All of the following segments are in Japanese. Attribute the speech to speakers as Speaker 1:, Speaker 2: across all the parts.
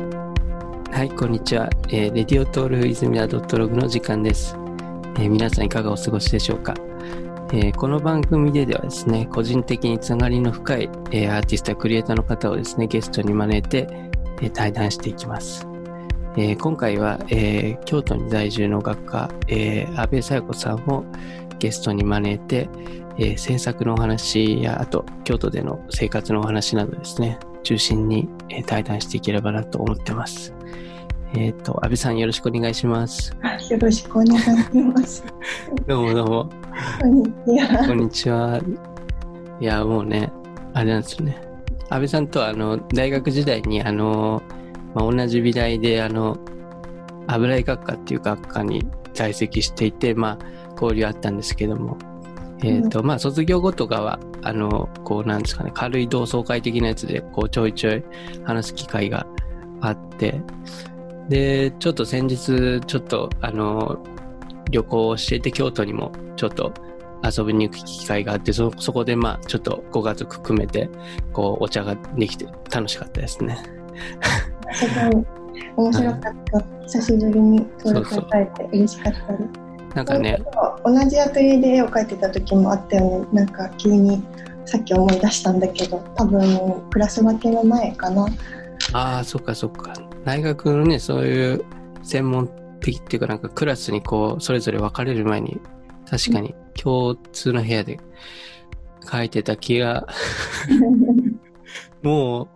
Speaker 1: はい、こんにちは。えーレディオトール泉田 .log の時間です、えー皆さんいかがお過ごしでしょうか、えーこの番組でではですね、個人的につながりの深い、えーアーティストやクリエイターの方をですね、ゲストに招いて、えー対談していきます。えー今回は、えー京都に在住の学科、えー、安倍小夜子さんをゲストに招いて、えー制作のお話や、あと京都での生活のお話などですね、中心に、えー対談していければなと思ってます。えっ、と、安倍さんよろしくお願いします。
Speaker 2: よろしくお願いします。
Speaker 1: どうもどうも、
Speaker 2: こんにちは。
Speaker 1: こんにちは。いや、もうね、あれなんですよね。安倍さんとはあの、大学時代に、あの、まあ、同じ美大で、あの、油絵学科っていう学科に在籍していて、まあ、交流あったんですけども、えっ、と、まあ、卒業後とかは、あの、こう、なんですかね、軽い同窓会的なやつで、こう、ちょいちょい話す機会があって、で、ちょっと先日、ちょっと、あの、旅行をしていて、京都にも、ちょっと、遊びに行く機会があって、そ、そこで、まあ、ちょっと、ご家族含めて、こう、お茶ができて、楽しかったですね。
Speaker 2: すごい面白かった。久しぶりに登録
Speaker 1: そうそう
Speaker 2: されて嬉しかったです。
Speaker 1: なんかね、
Speaker 2: 同じアトリエで絵を描いてた時もあったよね。なんか急にさっき思い出したんだけど、多分クラス分けの前かな。
Speaker 1: ああ、そっかそっか。大学のね、そういう専門的っていうか、なんかクラスにこう、それぞれ分かれる前に、確かに共通の部屋で書いてた気 が、もう、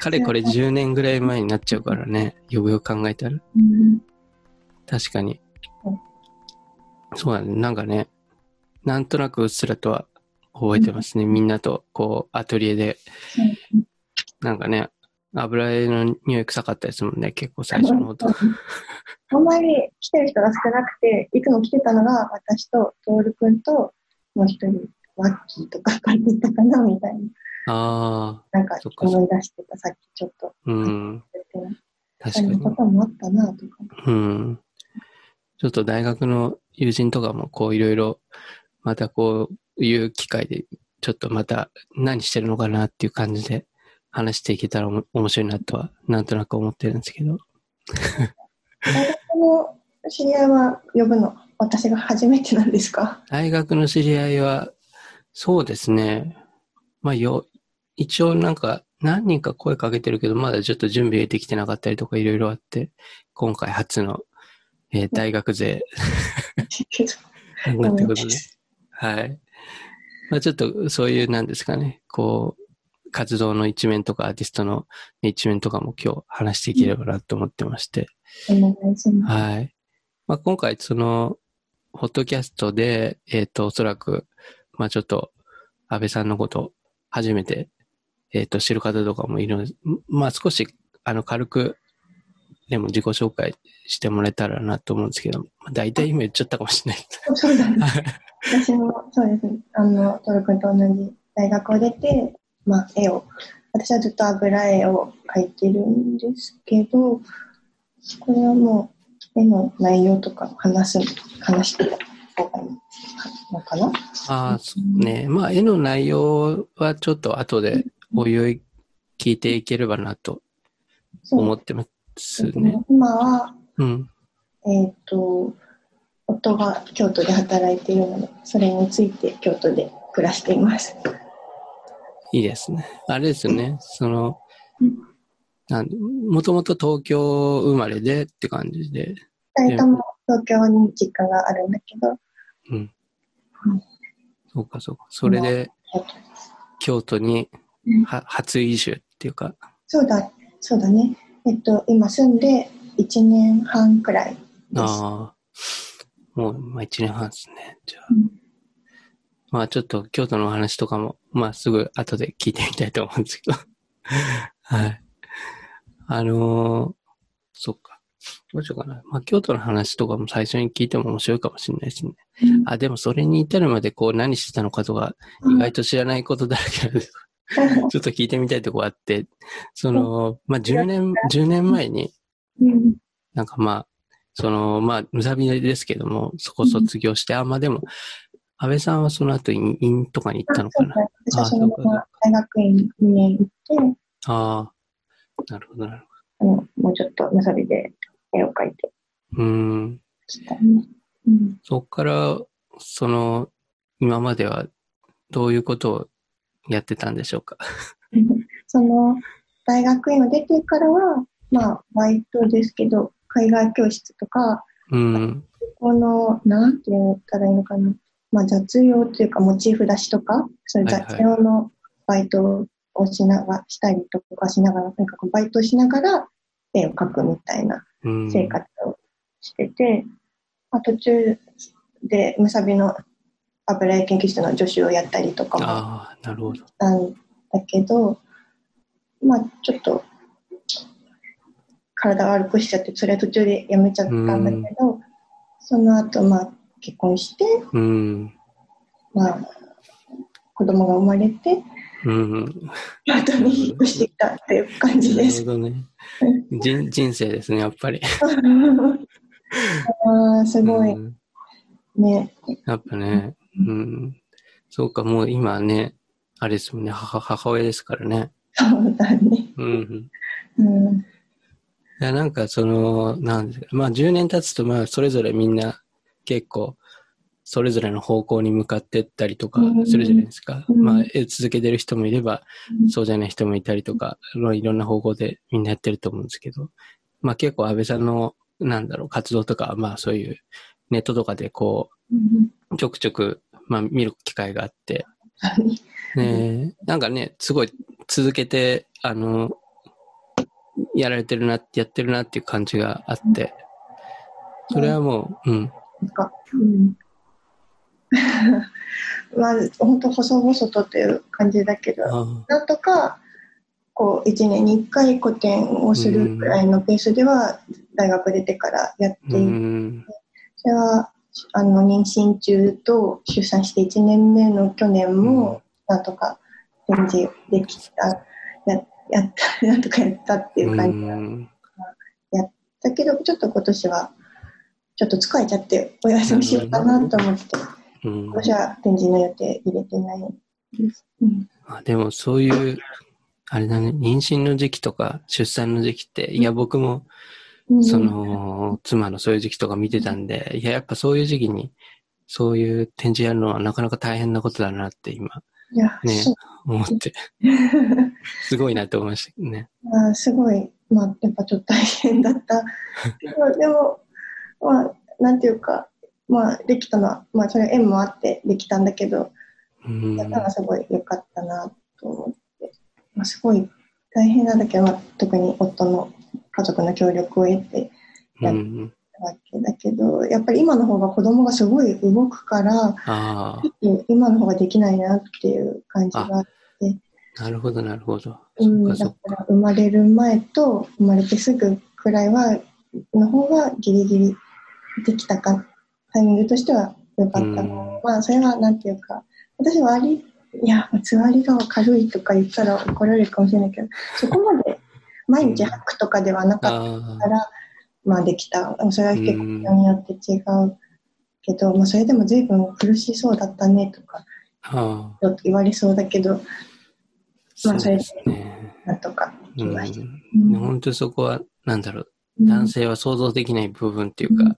Speaker 1: かれこれ10年ぐらい前になっちゃうからね、よくよく考えたら。確かに
Speaker 2: うん。
Speaker 1: そうだね。なんかね、なんとなくうっすらとは覚えてますね。みんなと、こう、アトリエでなんかね、油絵の匂い臭かったですもんね、結構最初の音。
Speaker 2: あんまり来てる人が少なくて、いつも来てたのが私と徹くんと、もう一人、ワッキーとか書いてたかなみたいな。
Speaker 1: ああ、
Speaker 2: なんか
Speaker 1: そっか
Speaker 2: 思い出してた、さっきちょっと
Speaker 1: うん、
Speaker 2: 言って。
Speaker 1: 確か
Speaker 2: そんな
Speaker 1: に
Speaker 2: こ。ともあったなとか。
Speaker 1: うん。ちょっと大学の友人とかも、こう、いろいろ、またこういう機会で、ちょっとまた何してるのかなっていう感じで話していけたらおも面白いなとは、なんとなく思ってるんですけど。
Speaker 2: 大学の知り合いは呼ぶの、私が初めてなんですか。
Speaker 1: 大学の知り合いは、そうですね。まあ、よ、一応なんか、何人か声かけてるけど、まだちょっと準備できてなかったりとかいろいろあって、今回初の、えー大学勢なんてことで。はい。まあ、ちょっと、そういう、なんですかね、こう、活動の一面とか、アーティストの一面とかも今日話していければなと思ってまして。
Speaker 2: お願いします。
Speaker 1: はい。まあ、今回、その、ホットキャストで、えっ、と、おそらく、まあ、ちょっと、安倍さんのこと、初めて、えっ、と、知る方とかもいるので、まあ、少し、あの、軽く、でも自己紹介してもらえたらなと思うんですけど、まあ、大体今言っちゃったかもしれない。
Speaker 2: そう だね。私もそうですね。あの、トル君と同じ大学を出て、まあ、絵を、私はずっと油絵を描いてるんですけど、これはもう、絵の内容とか話す、話してた方がいいのかな。
Speaker 1: ああ、そうね。まあ、絵の内容はちょっと後で、おいおい聞いていければなと
Speaker 2: そう
Speaker 1: 思ってますね。
Speaker 2: 今は、
Speaker 1: うん。
Speaker 2: えっ、と、夫が京都で働いているので、それについて京都で暮らしています。
Speaker 1: いいですね。あれですよね。その
Speaker 2: うん、
Speaker 1: なんもともと東京生まれでって感じで。
Speaker 2: 二人とも東京に実家があるんだけど、
Speaker 1: うん
Speaker 2: うん。
Speaker 1: そうか、そうか。それで、
Speaker 2: 京
Speaker 1: 京都
Speaker 2: 都
Speaker 1: に
Speaker 2: うん
Speaker 1: は初移住っていうか。
Speaker 2: そうだ、そうだね。えっと、今住んで1年半くらいです。
Speaker 1: ああ。もう、まあ、1年半ですね。じゃあ
Speaker 2: うん。
Speaker 1: まあ、ちょっと京都のお話とかも、まあ、すぐ後で聞いてみたいと思うんですけど。 はい。あのーそっか。どうしようかな。まあ、京都の話とかも最初に聞いても面白いかもしれないですね。
Speaker 2: うん
Speaker 1: あ、でもそれに至るまでこう何してたのかとか、意外と知らないことだらけなん です。ちょっと聞いてみたいとこあって、その、まあ、10年、10年前に、
Speaker 2: うん
Speaker 1: なんかまあ、その、まあ、むさびですけども、そこ卒業して、あ、まあでも、安倍さんはその後、院院とかに行
Speaker 2: あ
Speaker 1: った
Speaker 2: そう
Speaker 1: のかな。あそ
Speaker 2: だ私はそのま
Speaker 1: う
Speaker 2: ま大学院2年行って、
Speaker 1: ああ、なるほど、なる
Speaker 2: あのもうもうちょっとむさびで絵を描いて
Speaker 1: うん。
Speaker 2: きたね。うん、
Speaker 1: そこから、その、今まではどういうことをやってたんでしょうか。
Speaker 2: その大学院を出てからは、まあ、バイトですけど、海外教室とか、
Speaker 1: うん。
Speaker 2: この、なんて言ったらいいのかな、まあ、雑用というか、モチーフ出しとか、そういう
Speaker 1: はいは
Speaker 2: 雑
Speaker 1: い
Speaker 2: 用のバイトをしながら、したりとかしながら、とにかくバイトしながら、絵を描くみたいな
Speaker 1: うん。
Speaker 2: 生活をしてて、まあ、途中で、むさびの油絵研究室の助手をやったりとかも
Speaker 1: ああ、なるほど。
Speaker 2: ったんだけど、まあちょっと体が悪くしちゃって、それは途中でやめちゃったんだけど、その後、まあ結婚して、
Speaker 1: うん。
Speaker 2: まあ子供が生まれて、
Speaker 1: うん。
Speaker 2: 後に引っ越してきたっていう感じ
Speaker 1: な
Speaker 2: で
Speaker 1: るほ
Speaker 2: す。
Speaker 1: どね。人人生ですね、やっぱり。
Speaker 2: あーすごい
Speaker 1: うん
Speaker 2: ね。
Speaker 1: やっぱね、うん。そうか、もう今ね、あれですもんね、母母親ですからね。
Speaker 2: そうだね。
Speaker 1: うん。
Speaker 2: うん。
Speaker 1: いや、なんかその、なんですか、まあ10年経つと、まあそれぞれみんな結構、それぞれの方向に向かってったりとか
Speaker 2: うん
Speaker 1: するじゃないですか。
Speaker 2: うん
Speaker 1: まあ、え続けてる人もいれば、
Speaker 2: うん
Speaker 1: そうじゃない人もいたりとか、まあいろんな方向でみんなやってると思うんですけど、まあ結構安倍さんの、なんだろう、活動とか、まあそういうネットとかでこ
Speaker 2: うん
Speaker 1: う、ちょくちょく、まあ見る機会があって、
Speaker 2: そうね
Speaker 1: ねえ、なんかね、すごい続けて、あの、やられてるな、やってるなっていう感じがあって、それはもう、うん、
Speaker 2: なんか、うん。まあ、本当細々とっていう感じだけど、
Speaker 1: あ
Speaker 2: なんとか、こう、1年に1回個展をするくらいのペースでは、大学出てからやって
Speaker 1: ーう
Speaker 2: いて、
Speaker 1: ん、
Speaker 2: それは、あの、妊娠中と出産して1年目の去年も、なんとか展示できた、ややった、 なんとかやったっていう感じだ
Speaker 1: うん
Speaker 2: だけど、ちょっと今年は、ちょっと疲れちゃって、お休みしようかなと思って、
Speaker 1: うん
Speaker 2: 今年は展示の予定入れてないです。うん。
Speaker 1: あでもそういう、あれだね、妊娠の時期とか出産の時期って、いや、僕も、
Speaker 2: うん
Speaker 1: そ、の、妻のそういう時期とか見てたんで、いや、やっぱそういう時期に、そういう展示やるのはなかなか大変なことだなって今、
Speaker 2: いや、
Speaker 1: ね
Speaker 2: そう。
Speaker 1: 思 って、すごいなって思いましたね。
Speaker 2: まあ、すごい、まあ、やっぱちょっと大変だ った。でも、でもまあ、なんていうか、まあ、できたのは、まあ、それは縁もあってできたんだけど、
Speaker 1: うん
Speaker 2: やったのはすごい良かったなと思って、まあ、すごい大変なんだけど、まあ、特に夫の家族の協力を得て
Speaker 1: うん。
Speaker 2: たわけだけど、やっぱり今の方が子供がすごい動くから、
Speaker 1: あ
Speaker 2: 今の方ができないなっていう感じが
Speaker 1: あ、なるほど、なるほど。
Speaker 2: う
Speaker 1: そ
Speaker 2: ん、
Speaker 1: っ
Speaker 2: だ
Speaker 1: か
Speaker 2: か
Speaker 1: そっ
Speaker 2: ら生まれる前と生まれてすぐくらいはの方がギリギリできたかタイミングとしては良かったの、
Speaker 1: うん
Speaker 2: まあそれはなんていうか私は割いやつわりが軽いとか言ったら怒られるかもしれないけどそこまで毎日吐くとかではなかっ
Speaker 1: あ
Speaker 2: たから、まあできたそれは結構人によって違うけど、まあ、それでも随分苦しそうだったねとか
Speaker 1: あ、ああ、
Speaker 2: ちょっと言われそうだけどまあ
Speaker 1: そうですね。
Speaker 2: なんとかでき
Speaker 1: うん
Speaker 2: ました。、
Speaker 1: 本当にそこは、なんだろう、
Speaker 2: うん
Speaker 1: 男性は想像できない部分っていうか、
Speaker 2: うん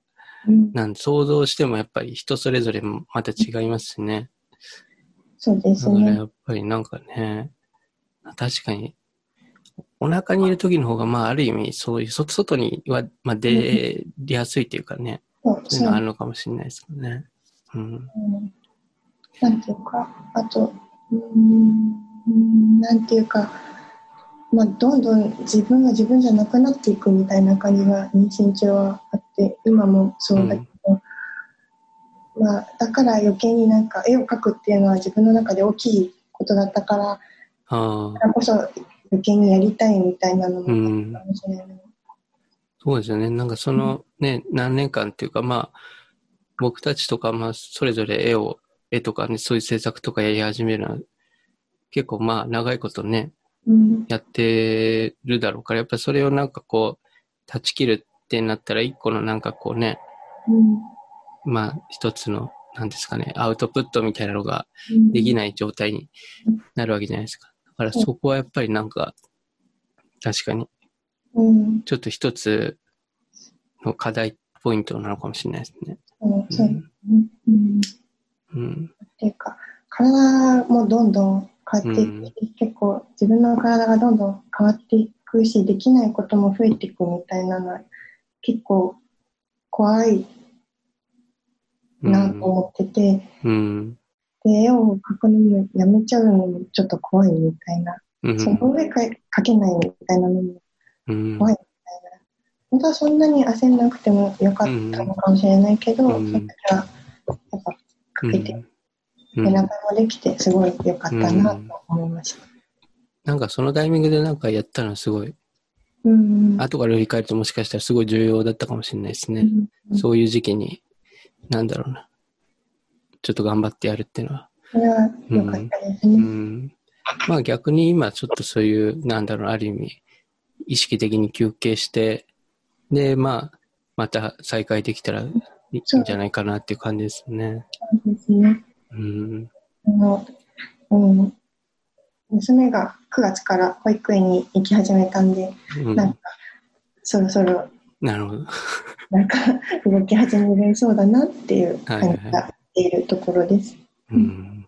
Speaker 1: なん想像してもやっぱり人それぞれもまた違いますしね。
Speaker 2: そうで
Speaker 1: だ
Speaker 2: す
Speaker 1: から
Speaker 2: ね。
Speaker 1: やっぱりなんかね、確かに、お腹にいる時の方が、まあある意味、そういう、そ外には、まあ出やすいっていうかね、
Speaker 2: そう
Speaker 1: そういう
Speaker 2: そ
Speaker 1: のあ
Speaker 2: う
Speaker 1: るのかもしれないですよね。うん。
Speaker 2: うんなんていうか、あと、うーん、なんていうか、まあ、どんどん自分が自分じゃなくなっていくみたいな感じが妊娠中はあって、今もそうだけど、まあ、だから余計になんか絵を描くっていうのは自分の中で大きいことだったから、
Speaker 1: あ
Speaker 2: だ
Speaker 1: あ、
Speaker 2: からこそ余計にやりたいみたいなのも
Speaker 1: う
Speaker 2: あっ
Speaker 1: ん
Speaker 2: た。かもしれない。
Speaker 1: そうですよね。なんかそのね、何年間っていうか、まあ、僕たちとか、まあ、それぞれ絵を、絵とかね、そういう制作とかやり始めるのは、結構まあ、長いことね、
Speaker 2: うん、
Speaker 1: やってるだろうから、やっぱそれをなんかこう、断ち切るってなったら、一個のなんかこうね、
Speaker 2: うん、
Speaker 1: まあ、一つの、なんですかね、アウトプットみたいなのが
Speaker 2: うん
Speaker 1: できない状態になるわけじゃないですか。だからそこはやっぱりなんか、確かに、
Speaker 2: うん。
Speaker 1: ちょっと一つの課題ポイントなのかもしれないですね。
Speaker 2: うんそうですね。うん。っ
Speaker 1: うん。
Speaker 2: ていうか、体もどんどん変わっていって、結構自分の体がどんどん変わっていくし、できないことも増えていくみたいなのは、結構怖い
Speaker 1: うん。
Speaker 2: なと思ってて、
Speaker 1: うん。
Speaker 2: で、絵を描くのもやめちゃうのもちょっと怖いみたいな、
Speaker 1: うん。
Speaker 2: その上か描けないみたいなのも、
Speaker 1: うん。
Speaker 2: 怖い本当はそんなに焦んなくてもよかったのかもしれないけど、
Speaker 1: うん
Speaker 2: その時はやっぱ
Speaker 1: う
Speaker 2: 描けて、
Speaker 1: ん
Speaker 2: 背中もできて、すごいよかったなと思いました。
Speaker 1: なんかそのタイミングでなんかやったのはすごい、
Speaker 2: うん。
Speaker 1: 後から振り返るともしかしたらすごい重要だったかもしれないです
Speaker 2: う
Speaker 1: ね。
Speaker 2: ん
Speaker 1: そういう時期に、なんだろうな。ちょっと頑張ってやるっていうのは。
Speaker 2: それは良かったです
Speaker 1: う
Speaker 2: ね。
Speaker 1: ん。まあ逆に今ちょっとそういう、なんだろうな、ある意味、意識的に休憩して、で、まあ、また再開できたらいいいいんじゃないかなっていう感じですね。
Speaker 2: そうですね。
Speaker 1: うん。
Speaker 2: あの、うん。娘が9月から保育園に行き始めたんで、
Speaker 1: うん
Speaker 2: なんか、そろそろ
Speaker 1: なるほど。
Speaker 2: なんか動き始めそうだなっていう感じがしているところです。
Speaker 1: うん。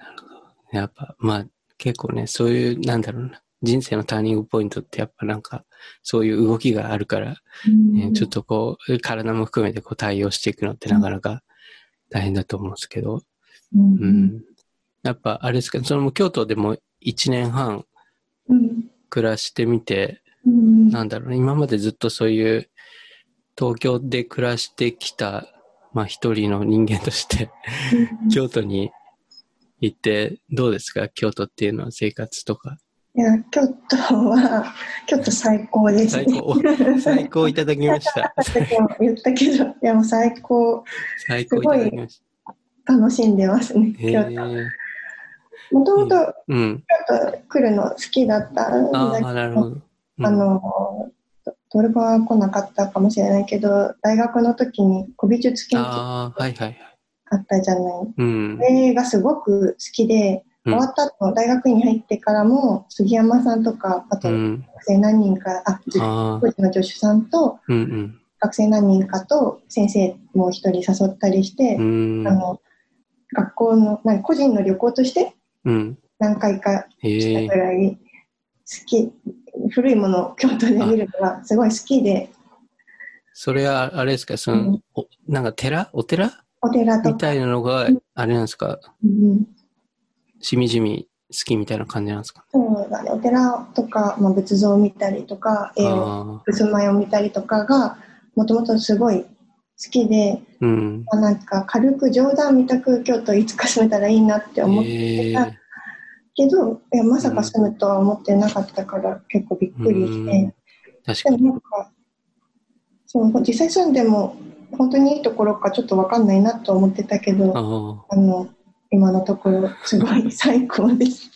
Speaker 1: なるほど。やっぱ、まあ、結構ね、そういう、なんだろうな、人生のターニングポイントって、やっぱなんか、そういう動きがあるから、ねちょっとこう、体も含めてこう対応していくのってなかなか大変だと思うんですけど、
Speaker 2: う
Speaker 1: うんん。やっぱ、あれですけど、その京都でも1年半
Speaker 2: うん
Speaker 1: 暮らしてみて、
Speaker 2: うん
Speaker 1: なんだろうね、今までずっとそういう、東京で暮らしてきた、まあ一人の人間として、京都に行ってどうですか京都っていうのは生活とか
Speaker 2: いや京都は京都最高です
Speaker 1: 最
Speaker 2: ね。
Speaker 1: 高最高いただきました
Speaker 2: さっきも言ったけど、いやもう最高
Speaker 1: 最高いただきまし
Speaker 2: 楽しんでますね。
Speaker 1: たへ
Speaker 2: 京都
Speaker 1: え
Speaker 2: もともと京
Speaker 1: うん
Speaker 2: 都来るの好きだったん
Speaker 1: あ
Speaker 2: だけ
Speaker 1: あなるほど、うん、
Speaker 2: ど、あの、ドルバは来なかったかもしれないけど、大学の時に古美術研究
Speaker 1: ああはいはいはい
Speaker 2: あったじゃない。
Speaker 1: うん
Speaker 2: それがすごく好きで、
Speaker 1: う
Speaker 2: 終わ
Speaker 1: ん
Speaker 2: った後、大学院に入ってからも、杉山さんとか、あと
Speaker 1: う
Speaker 2: 学
Speaker 1: ん
Speaker 2: 生何人か、あ、
Speaker 1: ああ
Speaker 2: 当時の助手さんと、
Speaker 1: うん
Speaker 2: 学生何人かと、先生も一人誘ったりして
Speaker 1: う、ん
Speaker 2: あの、学校の、なんか個人の旅行として
Speaker 1: うん
Speaker 2: 何回かし
Speaker 1: へ
Speaker 2: た
Speaker 1: え
Speaker 2: ぐらい、好き、古いものを京都で見るのはすごい好きで、
Speaker 1: それはあれですかその、
Speaker 2: うん
Speaker 1: おなんか寺お寺
Speaker 2: お寺と
Speaker 1: み
Speaker 2: か、
Speaker 1: たいなのがあれなんですか
Speaker 2: うん、
Speaker 1: しみじみ好きみたいな感じなんですか
Speaker 2: そうだね、お寺とか、まあ、仏像を見たりとか、絵を、
Speaker 1: ああ
Speaker 2: 襖絵を見たりとかが、もともとすごい好きで、
Speaker 1: うん
Speaker 2: まあなんか軽く冗談みたく京都いつか住めたらいいなって思った
Speaker 1: へえ
Speaker 2: けど、いやまさか住むとは思ってなかったから結構びっくりして、
Speaker 1: 確
Speaker 2: で
Speaker 1: か
Speaker 2: も
Speaker 1: に
Speaker 2: なんかそう実際住んでも本当にいいところかちょっと分かんないなと思ってたけどあ
Speaker 1: あ
Speaker 2: の今のところすごい最高です。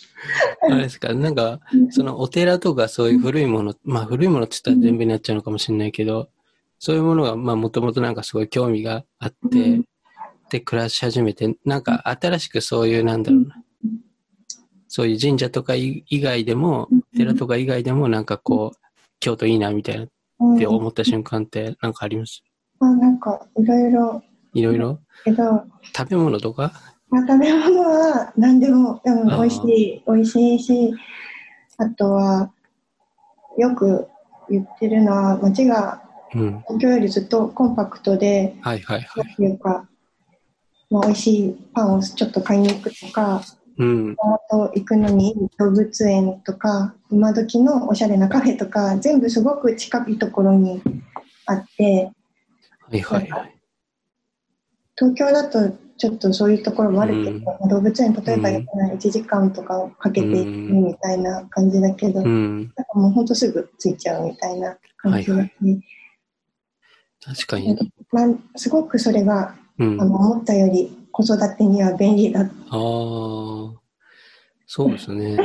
Speaker 1: あ、あれですか、なんか、そのお寺とかそういう古いもの、まあ古いものって言ったら全部になっちゃうのかもしれないけど、そういうものが、まあもともとなんかすごい興味があっ
Speaker 2: う
Speaker 1: て
Speaker 2: ん、
Speaker 1: で、暮らし始めて、なんか新しくそういう、なんだろうな
Speaker 2: うん、
Speaker 1: そういう神社とか以外でも、寺とか以外でもなんかこう、京都いいなみたいなって
Speaker 2: うん
Speaker 1: 思った瞬間ってなんかあります
Speaker 2: まあなんかいろいろ
Speaker 1: いろいろ
Speaker 2: けど、
Speaker 1: 食べ物とか
Speaker 2: まあ、食べ物は何でも、うん、
Speaker 1: あー
Speaker 2: 美味しい美味しいしあとはよく言ってるのは街が
Speaker 1: うん。
Speaker 2: 東京よりずっとコンパクトで
Speaker 1: はいはいは
Speaker 2: なん
Speaker 1: い。
Speaker 2: ていうか、まあ、美味しいパンをちょっと買いに行くとか
Speaker 1: うん。
Speaker 2: あと行くのに動物園とか今時のおしゃれなカフェとか全部すごく近いところにあって
Speaker 1: はいはいはい。
Speaker 2: 東京だとちょっとそういうところもあるけど、動物園例えば行くなら1時間とかをかけて行くみたいな感じだけど、
Speaker 1: うん。
Speaker 2: なんかもうほんとすぐ着いちゃうみたいな感じで、
Speaker 1: はい確かに。
Speaker 2: まあ、すごくそれが
Speaker 1: うん。
Speaker 2: あの思ったより子育てには便利だっ
Speaker 1: ああ、そうですね。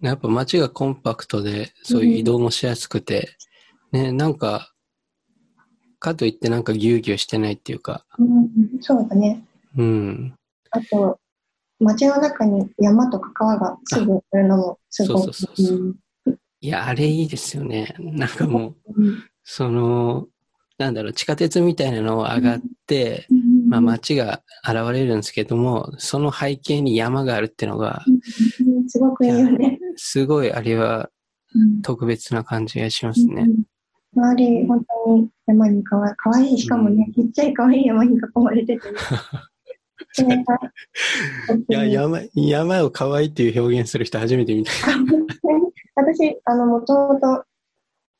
Speaker 1: やっぱ街がコンパクトで、そういう移動もしやすくて、ね、なんか、かといってなんかぎゅうぎゅうしてないっていうか、
Speaker 2: うん、そうだね。
Speaker 1: うん。
Speaker 2: あと、街の中に山とか川がすぐあるのもすごく。
Speaker 1: そうそうそうそう
Speaker 2: うん
Speaker 1: いや、あれいいですよね。なんかもう、
Speaker 2: うん
Speaker 1: その、なんだろう、地下鉄みたいなのを上がって、まあ街が現れるんですけども、その背景に山があるってのが、
Speaker 2: うんすごくいいよね。
Speaker 1: すごいあれは
Speaker 2: うん
Speaker 1: 特別な感じがしますね。
Speaker 2: うん周り、本当に山にかわかわいい、しかもね、ちっちゃいかわいい山に囲まれてて、 ね。それが
Speaker 1: いや、山、山を可愛いっていう表現する人初めて見た。
Speaker 2: 私、あの、もともと、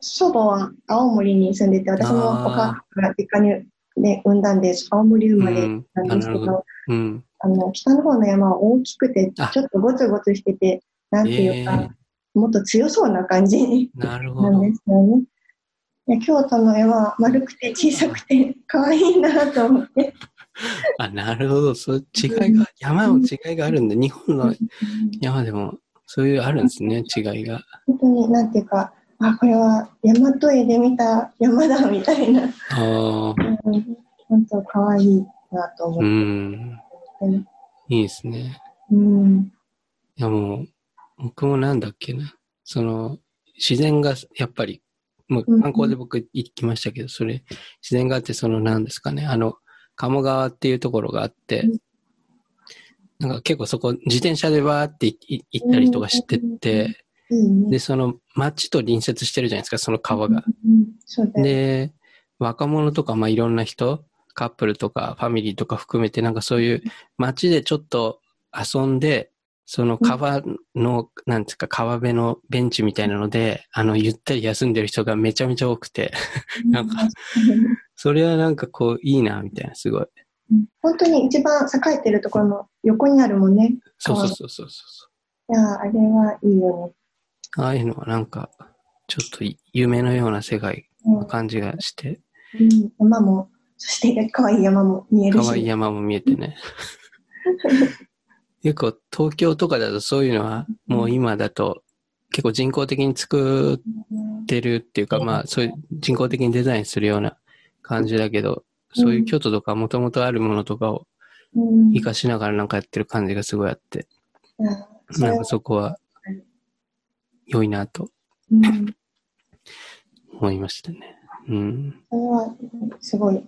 Speaker 2: 祖母は青森に住んでて、私もお
Speaker 1: あー
Speaker 2: 母さんが実家に、ね、産んだんです。青森生まれなんで
Speaker 1: うん
Speaker 2: すけど、
Speaker 1: あなるほどうん。
Speaker 2: あの、北の方の山は大きくて、
Speaker 1: あ
Speaker 2: ちょっとゴツゴツしてて、なんてい
Speaker 1: え
Speaker 2: う
Speaker 1: え
Speaker 2: か、もっと強そうな感じ
Speaker 1: なるほ
Speaker 2: なん
Speaker 1: ど。
Speaker 2: ですよね。で京都の絵は丸くて小さくて可愛いなと思って。
Speaker 1: あ、なるほど。そう違いが、山の違いがあるんだ。日本の山でも、そういうあるんですね、違いが。
Speaker 2: 本当になんていうか、あ、これは大和絵で見た山だみたいな、
Speaker 1: ああ、
Speaker 2: うん本当可愛いな
Speaker 1: う
Speaker 2: と思っ
Speaker 1: ん。
Speaker 2: て。うん
Speaker 1: いいですね。
Speaker 2: うん
Speaker 1: いや、もう、僕もなんだっけな。その、自然が、やっぱり、もう
Speaker 2: うんうん
Speaker 1: 観光で僕行きましたけど、それ、自然があって、その何ですかね、あの、鴨川っていうところがあって
Speaker 2: う、
Speaker 1: なんか結構そこ、自転車でわーっていい行ったりとかしてて、
Speaker 2: いいね
Speaker 1: で、その街と隣接してるじゃないですか、その川が。
Speaker 2: うんそうだよね。
Speaker 1: で、若者とか、まあ、いろんな人、カップルとか、ファミリーとか含めて、なんかそういう街でちょっと遊んで、その川の、なんつうか、川辺のベンチみたいなので、あの、ゆったり休んでる人がめちゃめちゃ多くて、 なんかそれはなんかこう、いいな、みたいな、すごい。
Speaker 2: うん 本当に一番栄えてるところの横にあるもんね。
Speaker 1: そうそうそうそうそ
Speaker 2: いや、あれはいいよ
Speaker 1: う。ああいうのはなんか、ちょっと夢のような世界
Speaker 2: ね。うん
Speaker 1: の感じがして、
Speaker 2: うん、山も、そして可愛い山も見える し。
Speaker 1: 可愛い山も見えて ね。結構東京とかだとそういうのはもう今だと結構人工的に作ってるっていうかまあそういう人工的にデザインするような感じだけどそういう京都とかもともとあるものとかを
Speaker 2: うん、
Speaker 1: 活かしながらなんかやってる感じがすごいあって
Speaker 2: いやそ
Speaker 1: な
Speaker 2: れ
Speaker 1: ん
Speaker 2: は
Speaker 1: かそこは良いなと
Speaker 2: うん、
Speaker 1: 思いましたね。うん。
Speaker 2: それはすごい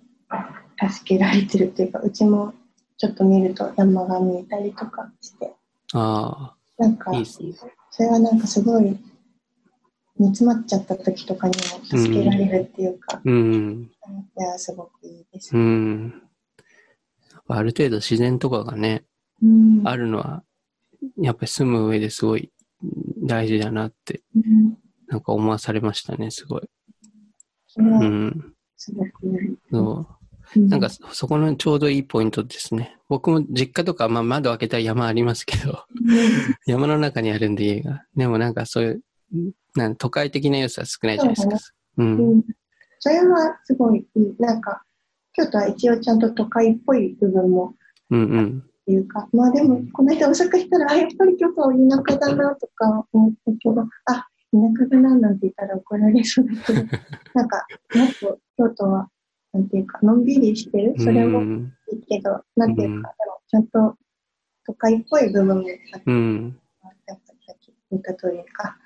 Speaker 2: 助けられてるというか、うちもちょっと見ると山が見えたりとかして、
Speaker 1: あ
Speaker 2: なんか
Speaker 1: あ、いいですね。
Speaker 2: それはなんかすごい煮詰まっちゃった時とかにも助けられるっていうか、
Speaker 1: うん。
Speaker 2: いや、すごくいいです
Speaker 1: う。ん。ある程度自然とかがね、
Speaker 2: うん
Speaker 1: あるのは、やっぱり住む上ですごい大事だなって、
Speaker 2: うん
Speaker 1: なんか思わされましたね、すごい。
Speaker 2: それ
Speaker 1: う
Speaker 2: は
Speaker 1: ん。
Speaker 2: すごくいい。
Speaker 1: そう。
Speaker 2: な
Speaker 1: なんか、そこのちょうどいいポイントですね。僕も実家とか、まあ窓開けたら山ありますけど、 山の中にあるんで家が。でもなんかそういう、なん都会的な要素は少ないじゃないですか。う。
Speaker 2: うんんそれはすごいいい。なんか、京都は一応ちゃんと都会っぽい部分も
Speaker 1: うんうん。
Speaker 2: っていうか、まあでも、この間大阪行ったら、あ、やっぱり京都は田舎だなとか思ったけど、あ、田舎だななんて言ったら怒られそうだ けど、なんか、もっと京都は、なんていうか、のんびりしてる。それ
Speaker 1: う
Speaker 2: も
Speaker 1: ん。
Speaker 2: いいけど、なんていうか、で
Speaker 1: うん
Speaker 2: もちゃんと都会っぽい部分もあって、
Speaker 1: うん。
Speaker 2: やっぱりさっき言った通りか、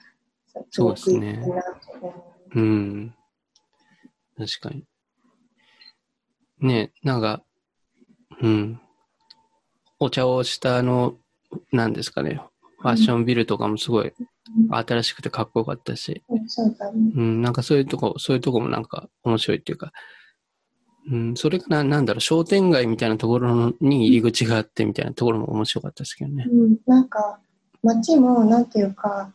Speaker 1: そうですね
Speaker 2: ごくいいなと思います
Speaker 1: うん。確かに。ねえ、なんか、うん。お茶をしたあの、なんですかね。ファッションビルとかもすごい新しくてかっこよかったし、
Speaker 2: うんそうだね。
Speaker 1: うん、なんかそういうとこ、そういうとこもなんか面白いっていうか、うん、それかな、なんだろう、商店街みたいなところに入り口があってみたいなところも面白かったですけどね。
Speaker 2: うん、なんか街もなんていうか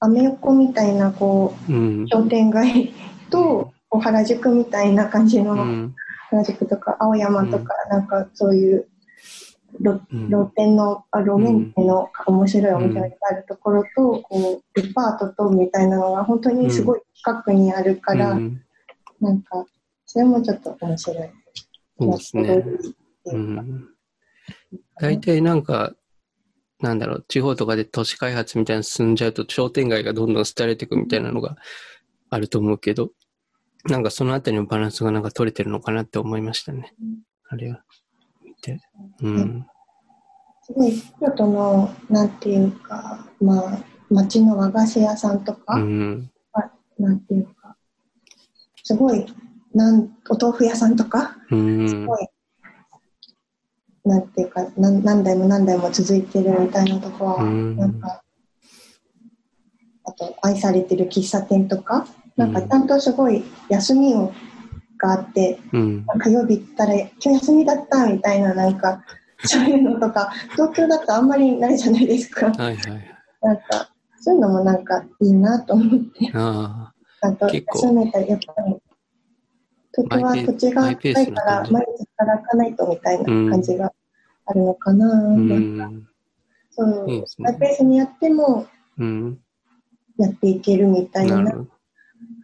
Speaker 2: アメ横みたいなこ
Speaker 1: うん
Speaker 2: う。商店街とこう原宿みたいな感じ
Speaker 1: う
Speaker 2: の
Speaker 1: ん。
Speaker 2: 原宿とか青山とかなんかそういう露
Speaker 1: うん
Speaker 2: 露店のあ路面店の面白いお店があるところとこうデパートとみたいなのが本当にすごい近くにあるか
Speaker 1: う
Speaker 2: ら
Speaker 1: ん
Speaker 2: なんかそれもちょっと面白い。
Speaker 1: そうですね。
Speaker 2: う
Speaker 1: うんん大体なんか、なんだろう、地方とかで都市開発みたいなの進んじゃうと商店街がどんどん廃れていくみたいなのがあると思うけど、なんかそのあたりのバランスがなんか取れてるのかなって思いましたね
Speaker 2: うん。
Speaker 1: あれは。見て。うん。
Speaker 2: すごい京都のなんていうかまあ町の和菓子屋さんとか、
Speaker 1: うん。
Speaker 2: なんていうか、すごい、なんお豆腐屋さんとか、
Speaker 1: うん。
Speaker 2: すごい、なんていうか、なん何代も何代も続いてるみたいなとこは、
Speaker 1: うん
Speaker 2: なんか、あと、愛されてる喫茶店とか、なんかちゃんとすごい休みをがあって、
Speaker 1: うん。
Speaker 2: 火曜日行ったら今日休みだったみたいななんか そういうのとか東京だとあんまりないじゃないですか
Speaker 1: はいはい。
Speaker 2: なんかそういうのもなんかいいなと思って
Speaker 1: あ
Speaker 2: なんか
Speaker 1: 結構
Speaker 2: 休めたらやっぱり東京は
Speaker 1: マイペー
Speaker 2: 土地が
Speaker 1: マイペ
Speaker 2: 高
Speaker 1: ース
Speaker 2: い
Speaker 1: な
Speaker 2: か
Speaker 1: 感
Speaker 2: ら
Speaker 1: じ
Speaker 2: 毎日働かないとみたいな感じがあるのかな、
Speaker 1: あ。うん。
Speaker 2: そう
Speaker 1: いいですね
Speaker 2: マイペースにやっても
Speaker 1: うん。
Speaker 2: やっていけるみたい
Speaker 1: な
Speaker 2: な
Speaker 1: る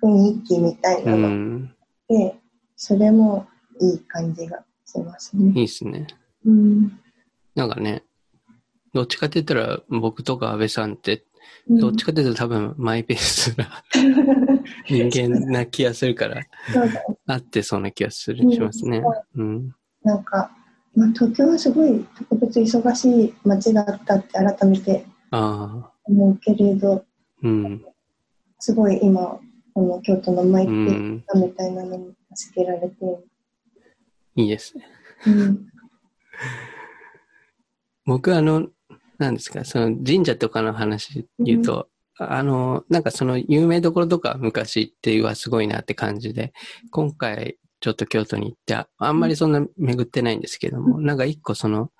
Speaker 2: 雰囲気みたい
Speaker 1: ほど。
Speaker 2: な
Speaker 1: う
Speaker 2: の
Speaker 1: ん。
Speaker 2: で、それもいい感じがしますね。
Speaker 1: いいっすね。
Speaker 2: うん
Speaker 1: なんかね、どっちかって言ったら僕とか安倍さんって、
Speaker 2: うん
Speaker 1: どっちかって言ったら多分マイペース な人間な気がするから、
Speaker 2: そうだ
Speaker 1: あってそうな気がす
Speaker 2: う
Speaker 1: る
Speaker 2: ん
Speaker 1: しますね。うん。
Speaker 2: なんか、まあ、東京はすごい特別忙しい街だったって改めて
Speaker 1: ああ。
Speaker 2: 思うけれど、
Speaker 1: うん。
Speaker 2: すごい今、この京都のマイ
Speaker 1: う
Speaker 2: ク
Speaker 1: ん。
Speaker 2: みたいなのに助けられて、
Speaker 1: いいですね。
Speaker 2: うん、
Speaker 1: 僕あの、なんですか、その神社とかの話言うと、あの、なんかその有名どころとか昔っていうはすごいなって感じで、今回ちょっと京都に行って、ああんまりそんな巡ってないんですけども、なんか一個その、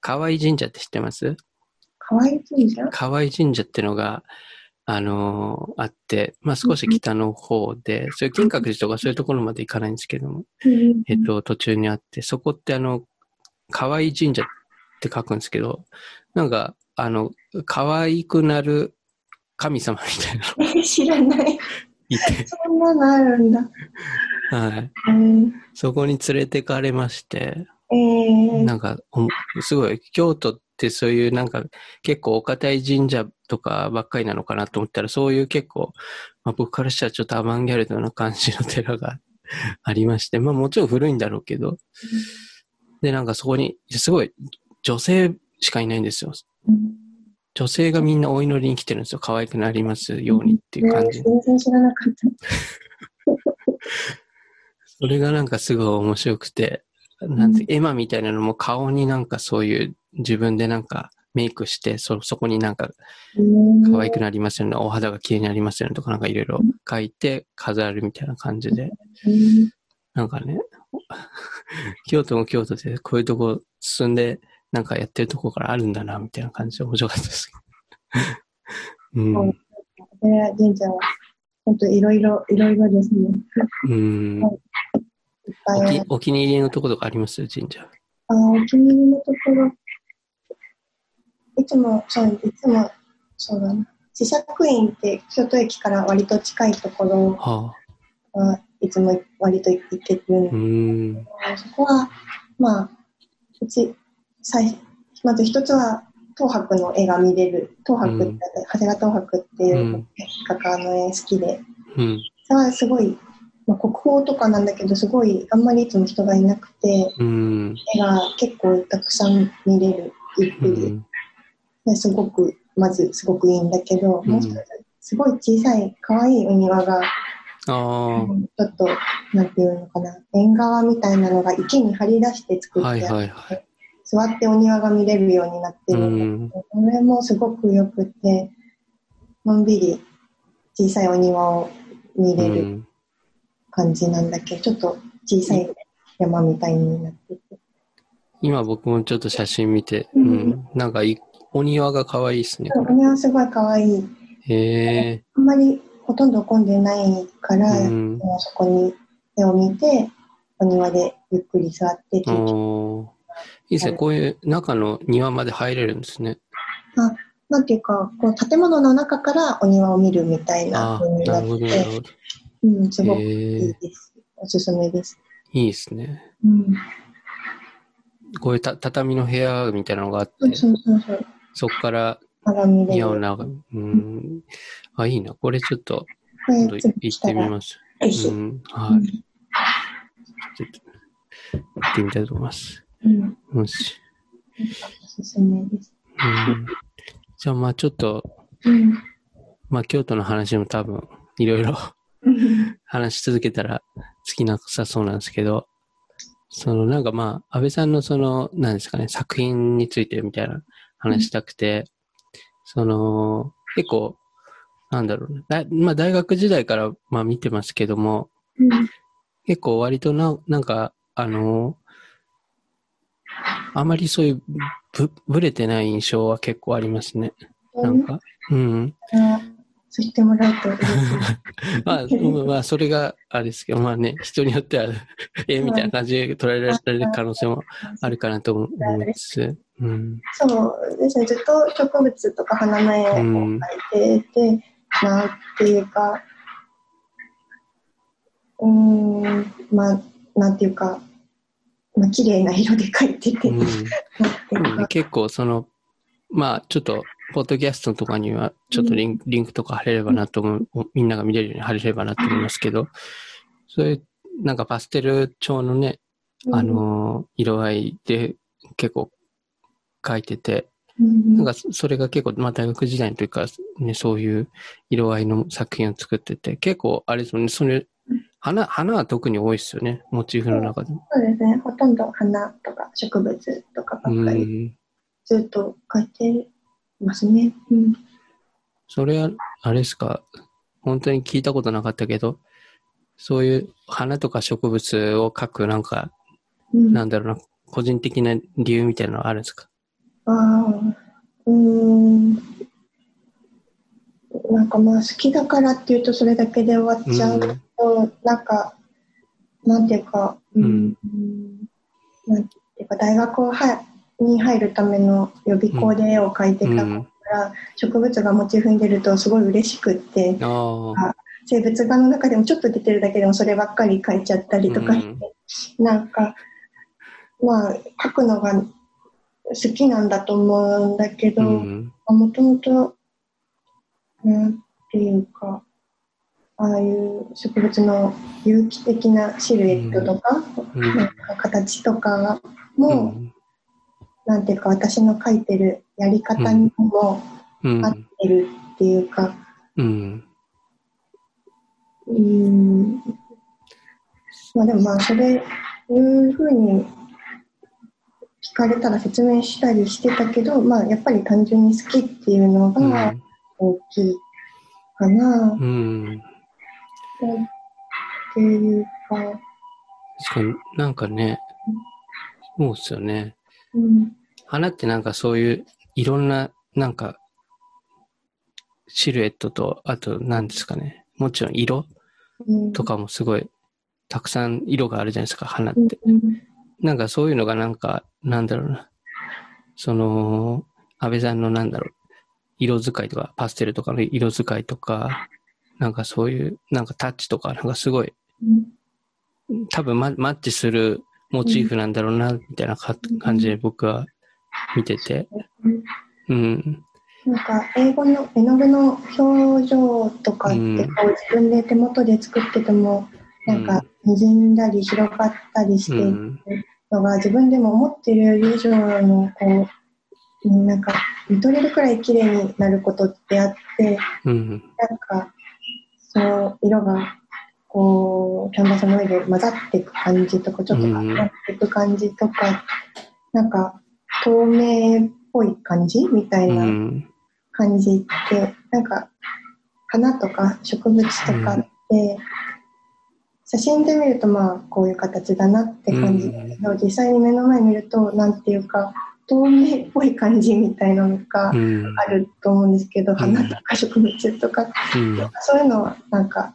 Speaker 1: 河合神社って知ってます
Speaker 2: 河合神社
Speaker 1: 河合神社ってのが、あのーあって、まあ、少し北の方で、そういう金閣寺とかそういうところまで行かないんですけども、
Speaker 2: うん
Speaker 1: えっと、途中にあって、そこってあの、河合神社って書くんですけど、なんか、あの、可愛くなる神様みたいなの
Speaker 2: 知らない。
Speaker 1: いて、
Speaker 2: そんなのあるんだ。
Speaker 1: はい。
Speaker 2: うん
Speaker 1: そこに連れてかれまして、
Speaker 2: えー、
Speaker 1: なんか、おすごい、京都ってそういうなんか、結構お堅い神社とかばっかりなのかなと思ったら、そういう結構、まあ、僕からしたらちょっとアバンギャルドな感じの寺が ありまして、まあもちろん古いんだろうけど、で、なんかそこに、すごい、女性しかいないんですよ。
Speaker 2: うん
Speaker 1: 女性がみんなお祈りに来てるんですよ。可愛くなりますようにっていう感じ
Speaker 2: えー全然知らなかった。
Speaker 1: それがなんかすごい面白くて、なんて、絵馬みたいなのも顔になんかそういう自分でなんかメイクして、そ、そこになんか可愛くなりますよね、お肌が綺麗になりますよねとかなんかいろいろ書いて飾るみたいな感じで、
Speaker 2: うん
Speaker 1: なんかね、 京都も京都でこういうとこ進んでなんかやってるとこからあるんだなみたいな感じで面白かったです。 うん、
Speaker 2: えー神社は、本当いろいろ、いろいろですね。
Speaker 1: うん、
Speaker 2: いっぱい
Speaker 1: お
Speaker 2: あ
Speaker 1: き
Speaker 2: る
Speaker 1: お気に入りのとことかあります神社。
Speaker 2: あーお気に入りのところ、いつも、そう、いつも、そうだな。試作院って京都駅から割と近いところ
Speaker 1: はあ、
Speaker 2: はいつも割と行ってるんで
Speaker 1: う、ん、
Speaker 2: そこは、まあ、うち、最、まず一つは、東博の絵が見れる。東博って、
Speaker 1: うん
Speaker 2: 長谷川東博って
Speaker 1: う
Speaker 2: いうん画家の絵好きで、
Speaker 1: うん、
Speaker 2: それはすごい、まあ、国宝とかなんだけど、すごい、あんまりいつも人がいなくて、
Speaker 1: うん、
Speaker 2: 絵が結構たくさん見れる。ゆっ
Speaker 1: う
Speaker 2: くり。
Speaker 1: ん、
Speaker 2: ですごくまずすごくいいんだけど、
Speaker 1: うん
Speaker 2: もう一つすごい小さい可愛いお庭が、
Speaker 1: あ
Speaker 2: ちょっとなんていうのかな縁側みたいなのが池に張り出して
Speaker 1: あ、
Speaker 2: 作ってあ
Speaker 1: は
Speaker 2: っ
Speaker 1: い
Speaker 2: て、
Speaker 1: はいはい。
Speaker 2: 座ってお庭が見れるようになって
Speaker 1: う
Speaker 2: るんだ
Speaker 1: ん、
Speaker 2: けど、それもすごくよくてのんびり小さいお庭を見
Speaker 1: う
Speaker 2: れる
Speaker 1: ん、
Speaker 2: 感じなんだけど、ちょっと小さい山みたいになってて、
Speaker 1: 今僕もちょっと写真見て、う
Speaker 2: うん
Speaker 1: ん、なんかいお庭が可愛いですね。こ
Speaker 2: お庭すごい可愛い
Speaker 1: れへえ、
Speaker 2: あんまりほとんど混んでないから、
Speaker 1: うん、
Speaker 2: もうそこに絵を見て、お庭でゆっくり座ってて、
Speaker 1: おーいいですね。こういう中の庭まで入れるんですね。
Speaker 2: なんていうか、こう建物の中からお庭を見るみたいな
Speaker 1: あ
Speaker 2: 風に
Speaker 1: あ、
Speaker 2: な
Speaker 1: な
Speaker 2: っ
Speaker 1: るほど、なる
Speaker 2: て、
Speaker 1: ほ
Speaker 2: うん、す
Speaker 1: ど。
Speaker 2: ごくい
Speaker 1: へ
Speaker 2: い
Speaker 1: え、
Speaker 2: です。おすすめです。
Speaker 1: いいですね。
Speaker 2: うん、
Speaker 1: こういうた畳の部屋みたいなのがあって
Speaker 2: そ、うそうそうそう。
Speaker 1: そこから
Speaker 2: から見れ
Speaker 1: 庭を
Speaker 2: る。
Speaker 1: 眺め、うん、あ、いいな。これちょっと
Speaker 2: これ
Speaker 1: 今度
Speaker 2: 次
Speaker 1: 行
Speaker 2: 来
Speaker 1: ったてみ
Speaker 2: ら、
Speaker 1: ます。
Speaker 2: ぜ
Speaker 1: う
Speaker 2: ひ。
Speaker 1: ん、はい。ちょっと行ってみたいと思います。
Speaker 2: うん、
Speaker 1: もし。
Speaker 2: おすすめです。
Speaker 1: うん、じゃあまあちょっと
Speaker 2: うん
Speaker 1: まあ、京都の話も多分、いろい ろ
Speaker 2: うん
Speaker 1: 話し続けたら尽きなさそうなんですけど、そのなんかまあ、安倍さんのその、なんですかね、作品についてみたいな話したくて、その、結構、なんだろうね、だまあ大学時代からまあ見てますけども、
Speaker 2: うん
Speaker 1: 結構割とな、なんか、あの、あまりそういうぶ、ぶれてない印象は結構ありますね。なんか、うん。
Speaker 2: そう言ってもらえると嬉しい。
Speaker 1: まあ、うんまあ、それが、あれですけど、まあね、人によっては、 えみたいな感じで捉えられる可能性もあるかなと思思いつつ、うん。
Speaker 2: そうですね、ずっと植物とか花の絵を描いてて、なんていうか、うーん、まあ、なんていうか、まあ、綺麗な色で描いてて、
Speaker 1: うん
Speaker 2: なんて
Speaker 1: で
Speaker 2: い
Speaker 1: も
Speaker 2: う
Speaker 1: ね
Speaker 2: か、
Speaker 1: 結構、その、まあ、ちょっと、ポッドキャストとかには、ちょっとリンクリンクとか貼れればなと思う、みんなが見れるように貼れればなと思いますけど、そういう、なんかパステル調のね、あのー色合いで結構描いてて、
Speaker 2: うん、
Speaker 1: なんかそそれが結構、まあ大学時代の時からね、そういう色合いの作品を作ってて、結構あれですもんね、それ、花、花は特に多いですよね、モチーフの中でも。
Speaker 2: そうですね、ほとんど花とか植物とかばっか
Speaker 1: う
Speaker 2: り、
Speaker 1: ん。
Speaker 2: ずっと描いてますね。うん、
Speaker 1: それは、あれですか、本当に聞いたことなかったけど、そういう花とか植物を描く、なんか、
Speaker 2: うん
Speaker 1: なんだろうな、個人的な理由みたいなのはあるんですか
Speaker 2: ああ、うーん。なんかまあ好きだからっていうとそれだけで終わっちゃうと、なんか、なんていうか、
Speaker 1: うん
Speaker 2: なんていうか大学をはに入るための予備校で絵を描いてたから、
Speaker 1: うん
Speaker 2: 植物がモチーフに出るとすごい嬉しくって、
Speaker 1: ああ。
Speaker 2: 生物画の中でもちょっと出てるだけでもそればっかり描いちゃったりとかして、なんかまあ描くのが好きなんだと思うんだけど、
Speaker 1: うん。
Speaker 2: もともとなんていうかああいう植物の有機的なシルエットとか,、
Speaker 1: うん
Speaker 2: なんか形とかも、なんていうか私の描いてるやり方にも
Speaker 1: うん
Speaker 2: 合ってるっていうか、
Speaker 1: うん。
Speaker 2: うーんまあでもまあそれいうふうに聞かれたら説明したりしてたけど、まあ、やっぱり単純に好きっていうの
Speaker 1: う
Speaker 2: が
Speaker 1: ん。
Speaker 2: 大きいかな
Speaker 1: うん。
Speaker 2: っていうか、
Speaker 1: 確かになんかね、そうっすよね。
Speaker 2: うん、
Speaker 1: 花ってなんかそういういろんな、なんか、シルエットと、あと何ですかね。もちろん色
Speaker 2: うん
Speaker 1: とかもすごい、たくさん色があるじゃないですか、花っ
Speaker 2: うん
Speaker 1: て。なんかそういうのがなんか、なんだろうな。その、安倍さんのなんだろう。色使いとか、パステルとかの色使いとか、なんかそういう、なんかタッチとか、なんかすごい
Speaker 2: うん
Speaker 1: 多分ママッチするモチーフなんだろうな、みたいなか
Speaker 2: うん
Speaker 1: 感じで僕は見てて。
Speaker 2: うん
Speaker 1: うん。
Speaker 2: なんか英語の絵の具の表情とかって
Speaker 1: う
Speaker 2: こ
Speaker 1: ん
Speaker 2: う自分で手元で作っててもなんか滲んだり広がったりし
Speaker 1: う
Speaker 2: て
Speaker 1: ん。
Speaker 2: のが自分でも思ってる以上のこううんなんか見とれるくらい綺麗になることってあって
Speaker 1: うん。
Speaker 2: なんかその色がこうキャンバスの上で混ざっていく感じとかちょっと
Speaker 1: うん。
Speaker 2: 混ざっていく感じとか、なんか透明っぽい感じみたいうなん感じって、なんか花とか植物とかって、写真で見るとまあこういう形だなって感じだけど、実際に目の前見るとなんていうか透明っぽい感じみたいなのが
Speaker 1: うん。
Speaker 2: あると思うんですけど、
Speaker 1: ん
Speaker 2: 花とか植物とか、
Speaker 1: うん。
Speaker 2: そういうのはなんか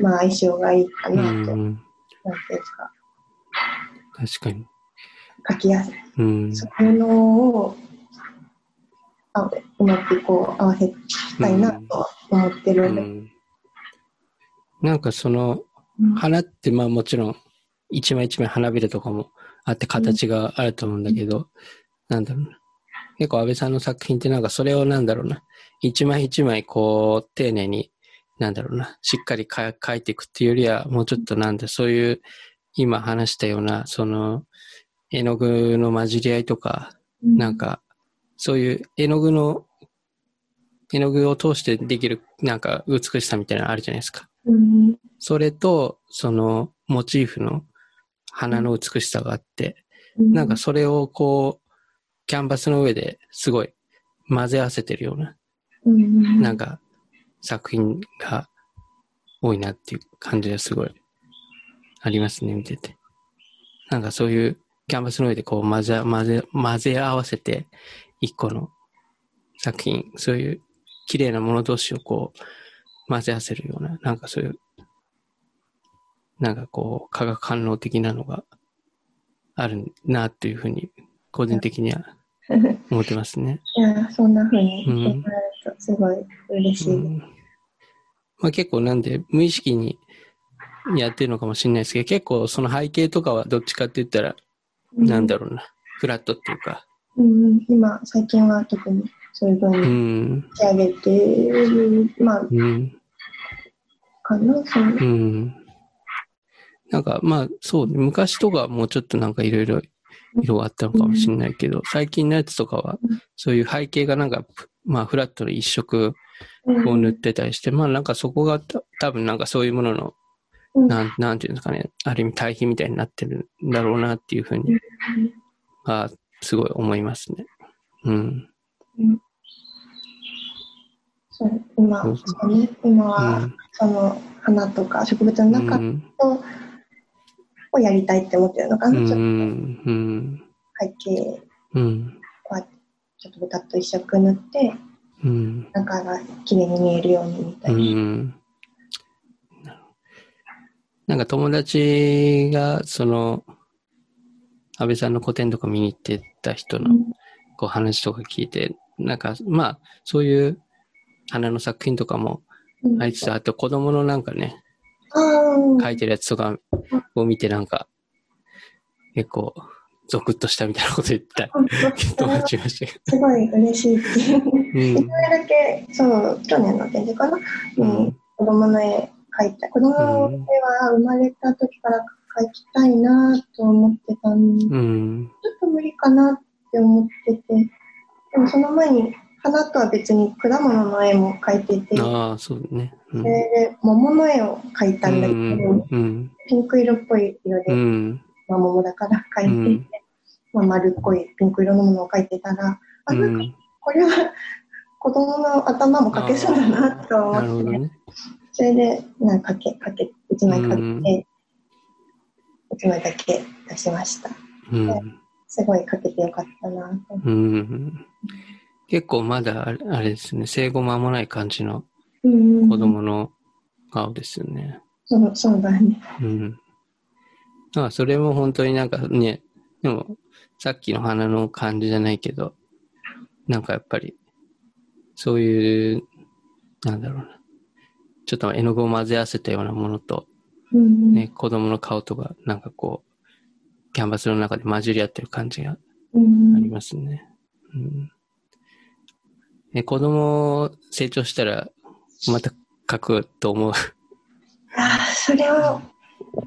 Speaker 2: まあ相性がいいか
Speaker 1: う
Speaker 2: なと、なんていうん
Speaker 1: ん。
Speaker 2: ですか
Speaker 1: 確かに。
Speaker 2: 描きやすい
Speaker 1: うん。
Speaker 2: そういうのをあうまくこう合わせたいなとは思って
Speaker 1: う
Speaker 2: るので。
Speaker 1: ん。なんかその、
Speaker 2: うん
Speaker 1: 花ってまあもちろん、一枚一枚花びらとかもあって形があると思うんだけど、なんだろうな。結構安倍さんの作品ってなんかそれをなんだろうな。一枚一枚こう、丁寧に、なんだろうな。しっかりか描いていくっていうよりは、もうちょっとなんだ、そういう、今話したような、その、絵の具の混じり合いとか、なんか、そういう絵の具の絵の具を通してできる、なんか美しさみたいなのあるじゃないですか。
Speaker 2: うん。
Speaker 1: それと、その、モチーフの花の美しさがあって、なんかそれをこう、キャンバスの上ですごい混ぜ合わせてるような、
Speaker 2: うん、
Speaker 1: なんか作品が多いなっていう感じがすごいありますね、見てて。なんかそういうキャンバスの上でこう混ぜ、混ぜ、混ぜ合わせて一個の作品、そういう綺麗なもの同士をこう混ぜ合わせるような、なんかそういう、なんかこう化学反応的なのがあるなっていうふうに個人的には思ってますね。
Speaker 2: いや、そんな風に
Speaker 1: うん
Speaker 2: 言ってもらえるとすごい嬉しい。
Speaker 1: うんまあ、結構なんで無意識にやってるのかもしれないですけど結構その背景とかはどっちかって言ったらなんだ
Speaker 2: ろ
Speaker 1: ろうな、フラットっていうか
Speaker 2: う、うん。今、最近は特にそういう風
Speaker 1: う
Speaker 2: に
Speaker 1: ん
Speaker 2: 仕上げてる、まあ、
Speaker 1: うん
Speaker 2: かな、そういう。
Speaker 1: うんなんかまあそうね昔とかはもうちょっとなんかいろいろ色があったのかもしれないけど最近のやつとかは
Speaker 2: うん
Speaker 1: そういう背景がなんかまあフラットで一色こう塗ってたりして、まあなんかそこがた多分なんかそういうものの、
Speaker 2: うん
Speaker 1: なん、なんていうんですかね、ある意味対比みたいになってるんだろうなっていうふうに、あすごい思いますね。うん。
Speaker 2: そう今
Speaker 1: そう
Speaker 2: そうね、今
Speaker 1: う
Speaker 2: は、
Speaker 1: ん
Speaker 2: その花とか植物の
Speaker 1: う
Speaker 2: 中
Speaker 1: ん。
Speaker 2: と、をやりたいって思ってるのか
Speaker 1: う
Speaker 2: な、ちょ
Speaker 1: ん。う
Speaker 2: っ
Speaker 1: ん。
Speaker 2: と背景
Speaker 1: うん。
Speaker 2: はちょっと豚と一色塗って
Speaker 1: うん。
Speaker 2: 中が綺麗に見えるようにみた
Speaker 1: う
Speaker 2: いな。
Speaker 1: ん。なんか友達が、その、安倍さんの個展とか見に行ってた人のこう話とか聞いて、なんか、まあ、そういう花の作品とかも
Speaker 2: うん
Speaker 1: あいつ、あと子供のなんかね、
Speaker 2: あー
Speaker 1: 書いてるやつとかを見てなんか、結構、ゾクッとしたみたいなこと言って た
Speaker 2: そ
Speaker 1: 友
Speaker 2: れは
Speaker 1: 達がいましたけ
Speaker 2: すごい嬉しいっていう。
Speaker 1: ど。うん
Speaker 2: そ。れだけ、そう、去年の展示かな、うん、子供の絵描いた。子供の絵は生まれた時から描きたいなと思ってたんで、ちょ
Speaker 1: うん。
Speaker 2: っと無理かなって思ってて、でもその前に花とは別に果物の絵も描いてて、そ
Speaker 1: ああ、そうだね。うん。
Speaker 2: れで桃の絵を描いた
Speaker 1: うん
Speaker 2: だけど、
Speaker 1: ん。うん。
Speaker 2: ピンク色っぽい色
Speaker 1: う
Speaker 2: で、
Speaker 1: ん。
Speaker 2: まあ、桃だから描いていて、まあ、丸っこいピンク色のものを描いてたら、あ、
Speaker 1: う
Speaker 2: なんか
Speaker 1: ん。
Speaker 2: これは子供の頭も描けそうだなと
Speaker 1: なる
Speaker 2: 思
Speaker 1: ほ
Speaker 2: って
Speaker 1: ど、ね。
Speaker 2: それで、なんかかけ、かけ、一枚かけ
Speaker 1: うん
Speaker 2: て、一枚だけ出しました。
Speaker 1: うん。
Speaker 2: すごいかけてよかったなと。
Speaker 1: うん。結構まだあれあれですね、生後間もない感じの
Speaker 2: うん
Speaker 1: 子。供の顔ですよね。
Speaker 2: そう、そうだね。
Speaker 1: うん。まあ、それも本当になんかね、でも、さっきの花の感じじゃないけど、なんかやっぱり、そういう、なんだろうな。ちょっと絵の具を混ぜ合わせたようなものと、
Speaker 2: うん。
Speaker 1: ね、子供の顔とか、なんかこう、キャンバスの中で混じり合ってる感じがあ
Speaker 2: う
Speaker 1: り
Speaker 2: ん。
Speaker 1: ますね。うん。ね、子供成長したら、また描くと思う。
Speaker 2: あーそれは、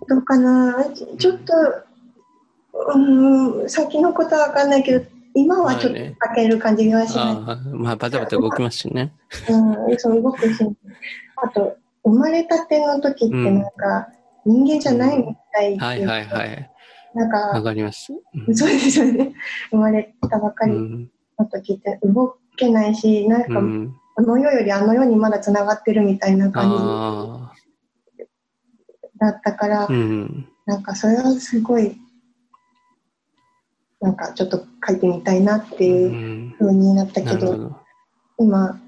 Speaker 2: どうかな。ちちょっと、うん、先のことはわかんないけど、今はちょっ
Speaker 1: まあね
Speaker 2: とかける感じがしない。
Speaker 1: ああ、まあバタバタ動きますしね。
Speaker 2: うん、そう、動くし。あと、生まれたての時ってなんか、人間じゃないみたいっていうか。
Speaker 1: はいはいはい。
Speaker 2: なんか、
Speaker 1: わかります。
Speaker 2: そうですよね。生まれたばか
Speaker 1: う
Speaker 2: り
Speaker 1: ん。
Speaker 2: の時って動けないし、なん
Speaker 1: う
Speaker 2: か、
Speaker 1: ん。
Speaker 2: この世よりあの世にまだ繋がってるみたいな感
Speaker 1: あ
Speaker 2: じだったから、
Speaker 1: あ。うん。
Speaker 2: なんかそれはすごい、なんかちょっと書いてみたいなっ
Speaker 1: う。
Speaker 2: ていうん風になった
Speaker 1: な
Speaker 2: け
Speaker 1: る
Speaker 2: ど、
Speaker 1: ほど。
Speaker 2: 今、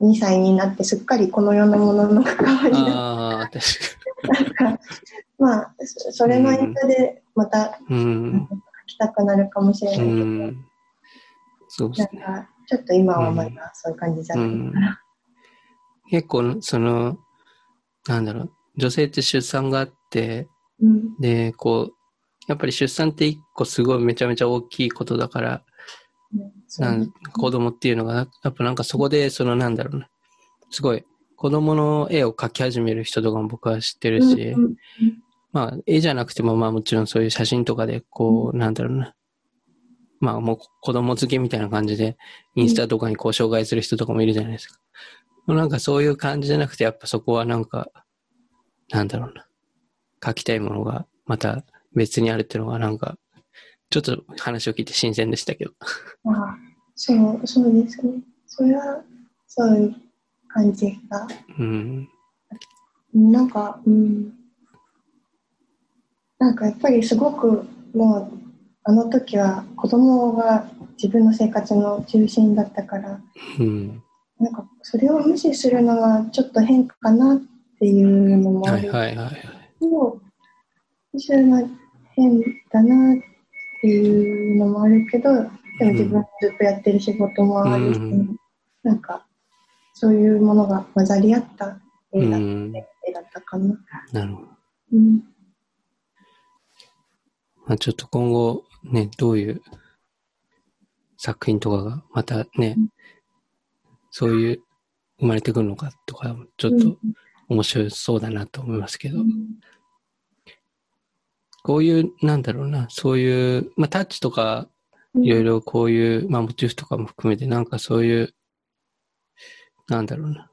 Speaker 2: 2歳になってすっかりこの世のものの関わりだ。
Speaker 1: ああ、確か
Speaker 2: なんか、 まあ、そそれの影響でまた
Speaker 1: に。うん。
Speaker 2: 書きたくなるかもしれないうけど、
Speaker 1: ん。そうですね。
Speaker 2: なんか、ちょっと今はまだそういう感じじゃ
Speaker 1: う
Speaker 2: ない
Speaker 1: ん。結構、その、なんだろう。女性って出産があって、
Speaker 2: うん
Speaker 1: で、こう、やっぱり出産って一個すごいめちゃめちゃ大きいことだから、
Speaker 2: うんそう
Speaker 1: な
Speaker 2: ね
Speaker 1: ん子供っていうのが、やっぱなんかそこで、そのなんだろうな。すごい、子供の絵を描き始める人とかも僕は知ってるし、
Speaker 2: うんうん
Speaker 1: まあ、絵じゃなくても、まあもちろんそういう写真とかで、こう、なんだろうな。まあもう子供付けみたいな感じで、インスタとかにこう障害する人とかもいるじゃないですか。もうなんかそういう感じじゃなくて、やっぱそこはなんか、なんだろうな。書きたいものがまた別にあるっていうのがなんか、ちょっと話を聞いて新鮮でしたけど。
Speaker 2: ああ、そう、そうですね。それは、そういう感じが。
Speaker 1: うん。
Speaker 2: なんか、うん。なんかやっぱりすごく、もう、あの時は子供が自分の生活の中心だったから、
Speaker 1: うん。
Speaker 2: なんかそれを無視するのはちょっと変かなっていうのもあ
Speaker 1: はい
Speaker 2: る
Speaker 1: はいはいはい。
Speaker 2: もう、そういうのは変だなっていうのもあるけど、でも自分ずっとやってる仕事もあるし、
Speaker 1: うん
Speaker 2: なんか、そういうものが混ざり合った
Speaker 1: う
Speaker 2: 絵だ,、
Speaker 1: ん。
Speaker 2: 絵だったかな。
Speaker 1: なるほど。
Speaker 2: うん。
Speaker 1: まあ、ちょっと今後、ね、どういう作品とかが、またね
Speaker 2: うん、
Speaker 1: そういう、生まれてくるのかとか、ちょっと面白そうだなと思いますけ
Speaker 2: う
Speaker 1: ど、
Speaker 2: ん
Speaker 1: こういう、なんだろうな、そういう、まあ、タッチとか、
Speaker 2: うん
Speaker 1: いろいろこういう、まあ、モチーフとかも含めて、なんかそういう、なんだろうな。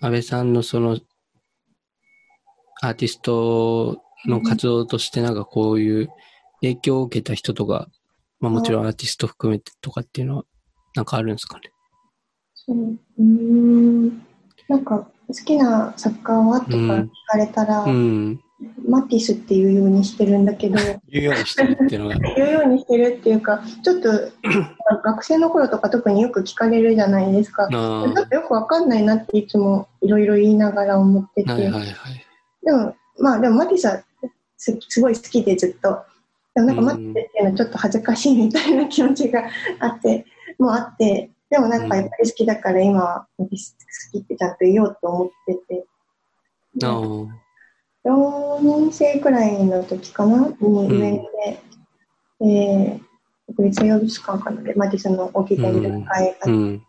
Speaker 1: 安倍さんのその、アーティストの活動として、なんかこういう影響を受けた人とか、まあもちろんアーティスト含めてとかっていうのは、なんかあるんですかね。
Speaker 2: そう。うーん。なんか、好きな作家はとか聞かれたら、
Speaker 1: うん。
Speaker 2: マティスっていうようにしてるんだけ ど、
Speaker 1: 言うようにしてるっていうの が。
Speaker 2: 言うようにしてるっていうか、ちょ っと学生の頃とか特によく聞かれるじゃないですか。
Speaker 1: あ
Speaker 2: ちょっとよくわかんないなっていつもいろいろ言いながら思ってて、
Speaker 1: あ。はいはいはい。
Speaker 2: でも、まあでもマティスはすすごい好きでずっと、でもなんか
Speaker 1: うん
Speaker 2: マティスっていうのちょっと恥ずかしいみたいな気持ちがあって、もうあって、でもなんかやっぱり好きだから今はマティス好きってちゃんと言おうと思ってて、
Speaker 1: ああ。
Speaker 2: 4年生くらいの時かなに
Speaker 1: ん
Speaker 2: 上で、えー国立美術館かなでマティスの大きい展示会
Speaker 1: う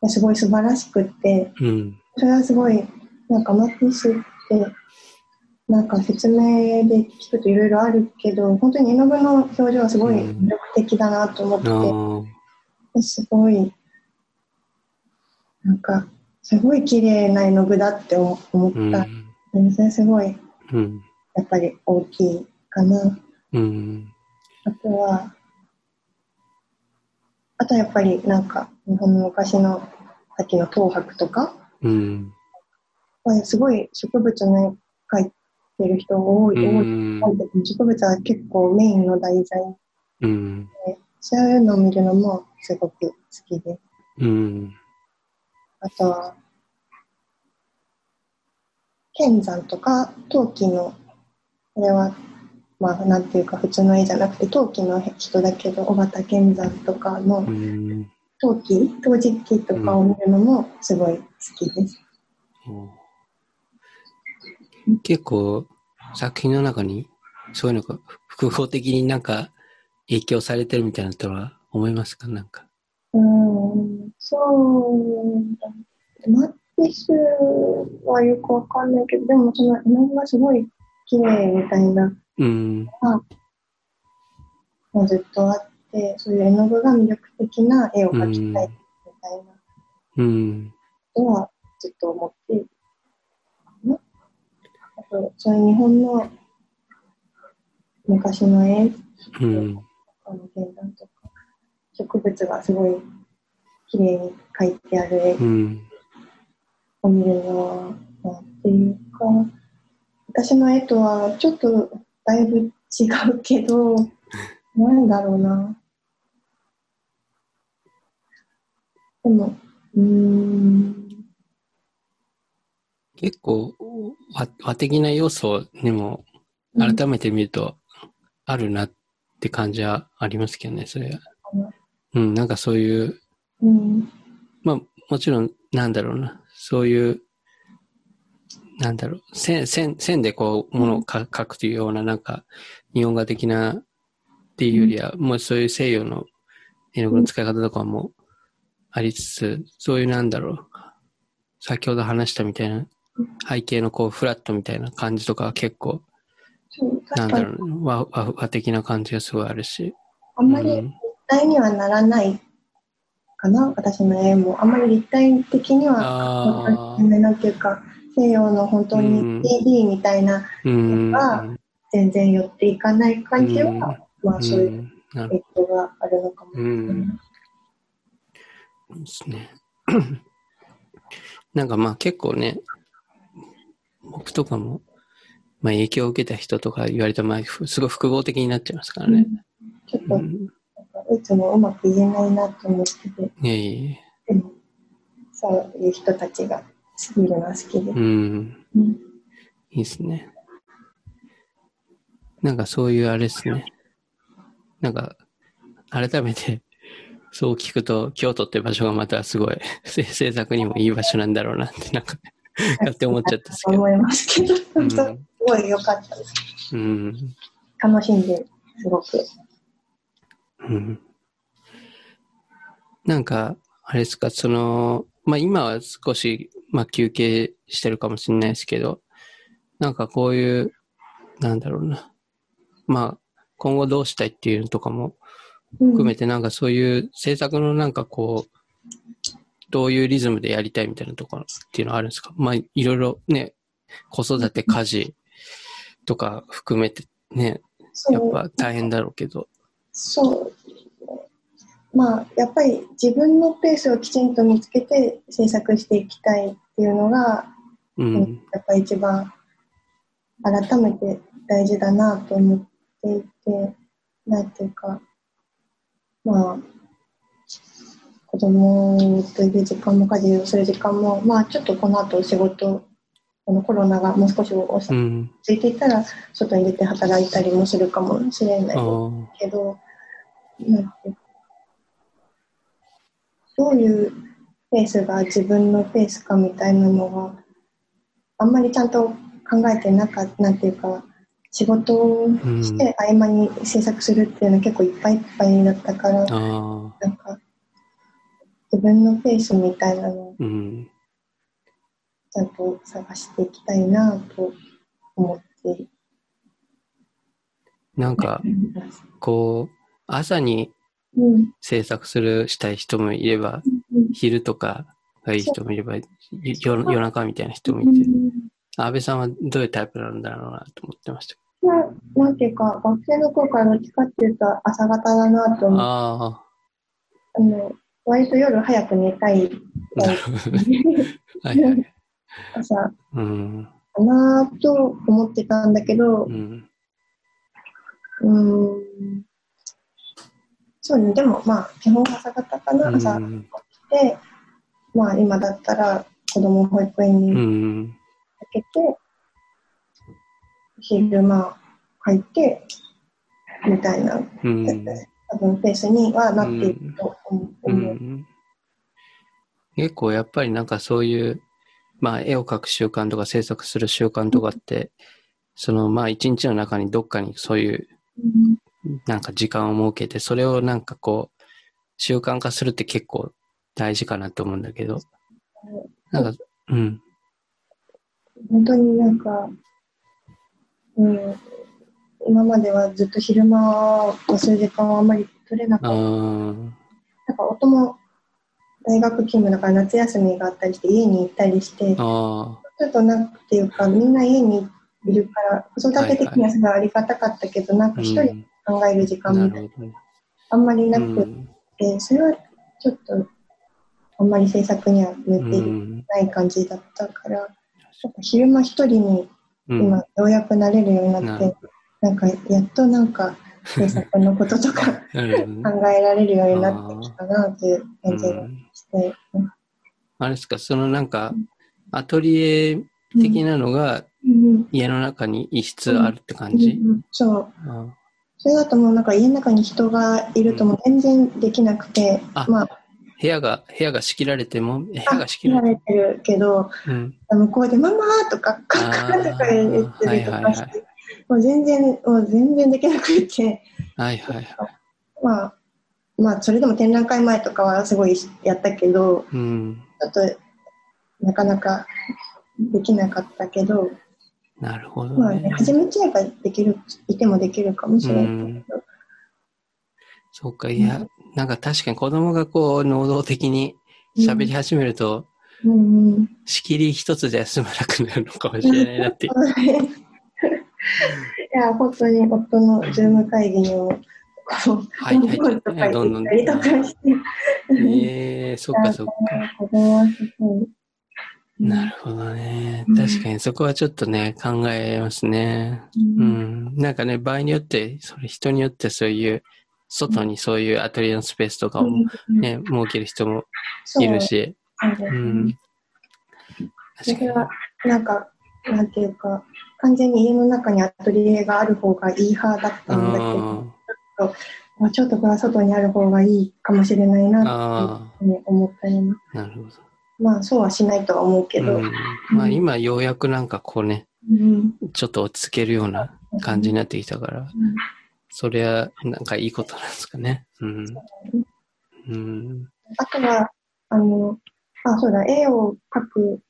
Speaker 2: が
Speaker 1: ん。
Speaker 2: すごい素晴らしくって
Speaker 1: うん。
Speaker 2: それはすごいなんかマティスってなんか説明で聞くといろいろあるけど本当に絵の具の表情はすごい魅力的だなと思って
Speaker 1: あ
Speaker 2: て、
Speaker 1: あ。
Speaker 2: すごいなんかすごい綺麗な絵の具だって思思っ
Speaker 1: う
Speaker 2: た、
Speaker 1: ん。
Speaker 2: それすごい
Speaker 1: うん。
Speaker 2: やっぱり大きいかな。
Speaker 1: うん。
Speaker 2: あとは、あとはやっぱりなんか日本の昔のさっきの東博とか、
Speaker 1: うん。
Speaker 2: まあすごい植物の絵描いてる人多い、多い。
Speaker 1: ん
Speaker 2: 植物は結構メインの題材
Speaker 1: うん。
Speaker 2: で、そういうのを見るのもすごく好きです。
Speaker 1: うん。
Speaker 2: あとは、剣山とか陶器の、これは、まあ、なんていうか普通の絵じゃなくて陶器の人だけど、小畑剣山とかの、
Speaker 1: うん。
Speaker 2: 陶器、陶磁器とかを見るのもすごい好きです。
Speaker 1: 結構、作品の中に、そういうのが複合的になんか影響されてるみたいなとは思いますかなんか。
Speaker 2: うーん、そうだ。マティスはよくわかんないけど、でもその絵の具がすごい綺麗みたいな
Speaker 1: うん。
Speaker 2: のずっとあって、そういう絵の具が魅力的な絵を描きたいみたいな
Speaker 1: うん。
Speaker 2: のはずっと思っているかな。あと、そういう日本の昔の絵
Speaker 1: うん。
Speaker 2: あの原画とか植物がすごい綺麗に描いてある絵
Speaker 1: うん。
Speaker 2: を見るのはなんていうか私の絵とはちょっとだいぶ違う けどなんだろうなでもうーん
Speaker 1: 結構和、和的な要素にも改めて見るとあるなって感じはありますけどね、それは。うん、なんかそういう
Speaker 2: うん
Speaker 1: まあ、もちろん、なんだろうな。そういう、なんだろう。線、線、線でこう、ものをか書くというような、なんか、日本画的なっていうよりは、もうそういう西洋の絵の具の使い方とかもありつつ、そういうなんだろう。先ほど話したみたいな、背景のこう、フラットみたいな感じとかは結構、
Speaker 2: そう
Speaker 1: なん
Speaker 2: 確
Speaker 1: だ
Speaker 2: かに
Speaker 1: ろう、和、和、和的な感じがすごいあるし、
Speaker 2: あんまり立体にはならないかな、私の絵も。あんまり立体的には
Speaker 1: あー
Speaker 2: ダメなっていうか、西洋の本当
Speaker 1: う
Speaker 2: に
Speaker 1: ん
Speaker 2: 3D みたいな
Speaker 1: うん。
Speaker 2: は全然寄っていかない感じは、
Speaker 1: うん
Speaker 2: まあそういう
Speaker 1: なる
Speaker 2: 影響があるのかもし
Speaker 1: う
Speaker 2: れない。
Speaker 1: ん。ですね。 なんかまあ結構ね、僕とかも、まあ影響を受けた人とか言われたまあふすごい複合的になっちゃいますからね。
Speaker 2: ちょっ
Speaker 1: う
Speaker 2: と、なん
Speaker 1: ん。
Speaker 2: かいつもうまく言えないなと思ってて、
Speaker 1: いえいえ。
Speaker 2: でも、そういう人たちが過ぎるのは好きで
Speaker 1: う。ん。
Speaker 2: うん
Speaker 1: いいですね。なんかそういうあれですね。なんか、改めて、そう聞くと、京都って場所がまたすごい、せ制作にもいい場所なんだろうなって、なんか、勝手に思っちゃったんですけど。
Speaker 2: 思いますけど、
Speaker 1: う
Speaker 2: 本
Speaker 1: ん
Speaker 2: 当、すごい良かったです。
Speaker 1: うん。
Speaker 2: 楽しんで、すごく。
Speaker 1: うん。なんか、あれですか、その、まあ今は少し、まあ休憩してるかもしれないですけど、なんかこういう、なんだろうな。まあ、今後どうしたいっていうのとかも
Speaker 2: うん
Speaker 1: 含めてなんかそういう制作のなんかこう、どういうリズムでやりたいみたいなところっていうのはあるんですかまあいろいろね、子育て、家事とか含めてね、
Speaker 2: そう
Speaker 1: やっぱ大変だろうけど。
Speaker 2: そうですね。まあ、やっぱり自分のペースをきちんと見つけて制作していきたいっていうのが、
Speaker 1: うん。
Speaker 2: やっぱり一番改めて大事だなと思っていて、なんていうか、まあ、子供といる時間も家事をする時間も、まあちょっとこの後仕事、このコロナがもう少し落ち
Speaker 1: うん。
Speaker 2: 着いていたら、外に出て働いたりもするかもしれない
Speaker 1: ああ。
Speaker 2: けど、なんていうかどういうペースが自分のペースかみたいなのがあんまりちゃんと考えてなかったなんていうか仕事をして合間に制作するっていうのは結構いっぱいいっぱいだったから、
Speaker 1: ああ。
Speaker 2: なんか自分のペースみたいなのを
Speaker 1: うん。
Speaker 2: ちゃんと探していきたいなと思ってい
Speaker 1: なんか、
Speaker 2: ます。
Speaker 1: こう、朝に
Speaker 2: うん
Speaker 1: 制作する、したい人もいれば、
Speaker 2: うん
Speaker 1: 昼とかがいい人もいれば、夜夜中みたいな人もいて。安倍さんはどういうタイプなんだろうなと思ってました。
Speaker 2: まあ、なんていうか、学生の頃からどっちかっていうと朝方だなと思う。
Speaker 1: あ
Speaker 2: あの割と夜早く寝たい
Speaker 1: あ、なるほどね。はいはい。
Speaker 2: 朝か
Speaker 1: うん。
Speaker 2: なと思ってたんだけど
Speaker 1: う、ん。
Speaker 2: うーん。そうね、でもまあ、基本朝方かな、朝
Speaker 1: う
Speaker 2: 起
Speaker 1: ん
Speaker 2: きて、まあ今だったら子供を保育園
Speaker 1: う
Speaker 2: に
Speaker 1: ん。
Speaker 2: かけて、昼間入って、みたいな、
Speaker 1: うん。
Speaker 2: 多分ペースにはなっていくと思う。
Speaker 1: うん。結構やっぱりなんかそういう、まあ絵を描く習慣とか制作する習慣とかって、そのまあ一日の中にどっかにそういう
Speaker 2: うん
Speaker 1: なんか時間を設けて、それをなんかこう、習慣化するって結構大事かなと思うんだけど、なんか、うん。
Speaker 2: 本当になんか、うん、今まではずっと昼間をする時間はあんまり取れな
Speaker 1: あ
Speaker 2: かった。
Speaker 1: ー
Speaker 2: なんか夫も大学勤務だから夏休みがあったりして家に行ったりして、ち
Speaker 1: あ
Speaker 2: ょっとなんていうかみんな家にいるから、子育て的にはすごいありがたかったけど、なん
Speaker 1: ー。
Speaker 2: か一人で考える時間
Speaker 1: うんな
Speaker 2: みたいな
Speaker 1: るほどね。
Speaker 2: あんまりな
Speaker 1: う
Speaker 2: くっ
Speaker 1: ん
Speaker 2: て、それはちょっとあんまり制作には
Speaker 1: う
Speaker 2: 向いて
Speaker 1: ん。
Speaker 2: ない感じだったから、なんか昼間一人に
Speaker 1: う
Speaker 2: 今
Speaker 1: ん。
Speaker 2: ようやく慣れるようになって、
Speaker 1: なる
Speaker 2: なんかやっとなんか制作のことと か
Speaker 1: なるほどね
Speaker 2: 考えられるようになってきたなという感じ
Speaker 1: う
Speaker 2: が
Speaker 1: ん
Speaker 2: して、
Speaker 1: あれですか、そのなんか
Speaker 2: うん、
Speaker 1: アトリエ的なのが
Speaker 2: うん
Speaker 1: 家の中に一室あるって感じ、
Speaker 2: うんそう
Speaker 1: あ
Speaker 2: それだともうなんか家の中に人がいるともう全然できなくて、
Speaker 1: あ
Speaker 2: まあ
Speaker 1: 部屋が、部屋が仕切られても、部屋が仕切
Speaker 2: 慣
Speaker 1: られ
Speaker 2: れてるけど
Speaker 1: てうん。
Speaker 2: 向こうで「ママ!」とか「カッカッカッ」とか言ってる
Speaker 1: あー
Speaker 2: と
Speaker 1: は
Speaker 2: か
Speaker 1: いはい
Speaker 2: し
Speaker 1: は
Speaker 2: てもう全然もう全然できなくて。
Speaker 1: はいはいはい。
Speaker 2: まあ、まあ、それでも展覧会前とかはすごいやったけど、
Speaker 1: うん。
Speaker 2: ちょっとなかなかできなかったけど、
Speaker 1: なるほど
Speaker 2: まあ
Speaker 1: ね
Speaker 2: ね、。始めちゃえばできる、いてもできるかもし
Speaker 1: う
Speaker 2: れない。
Speaker 1: ん。そうか、いや、なんか確かに子供がこう、能動的に喋り始めると、
Speaker 2: うん うん。
Speaker 1: しきり一つじゃ済まなくなるのかもしれないな って。
Speaker 2: いや、本当に夫のズーム会議にも、こう、
Speaker 1: はいはい
Speaker 2: どんどん
Speaker 1: はいどんどん
Speaker 2: 入ってきたりとかして、
Speaker 1: ええそっかそっか。
Speaker 2: 子供はすごい。
Speaker 1: なるほどね。確かにそこはちょっとね、考えますね。
Speaker 2: うん
Speaker 1: うん。なんかね、場合によって、それ人によってそういう、外にそういうアトリエのスペースとかを
Speaker 2: うん
Speaker 1: ね、設ける人も
Speaker 2: そう
Speaker 1: いるし。
Speaker 2: そうです
Speaker 1: う
Speaker 2: ね
Speaker 1: ん。確
Speaker 2: そ
Speaker 1: かに
Speaker 2: れ。は、なんか、なんていうか、完全に家の中にアトリエがある方がいい派だったんだけど、
Speaker 1: あ
Speaker 2: まあ、ちょっとこれは外にある方がいいかもしれない
Speaker 1: あ、
Speaker 2: な
Speaker 1: あ
Speaker 2: っていうふうに思ったりも、
Speaker 1: あ、なるほど。
Speaker 2: まあ、そうはしないとは思うけど、
Speaker 1: うん、まあ今ようやくなんかこうね、
Speaker 2: うん
Speaker 1: ちょっと落ち着けるような感じになってきたから、
Speaker 2: うん
Speaker 1: そりゃなんかいいことなんですかね。うん。うん。
Speaker 2: あとは、あの、あ、そうだ、絵を描く、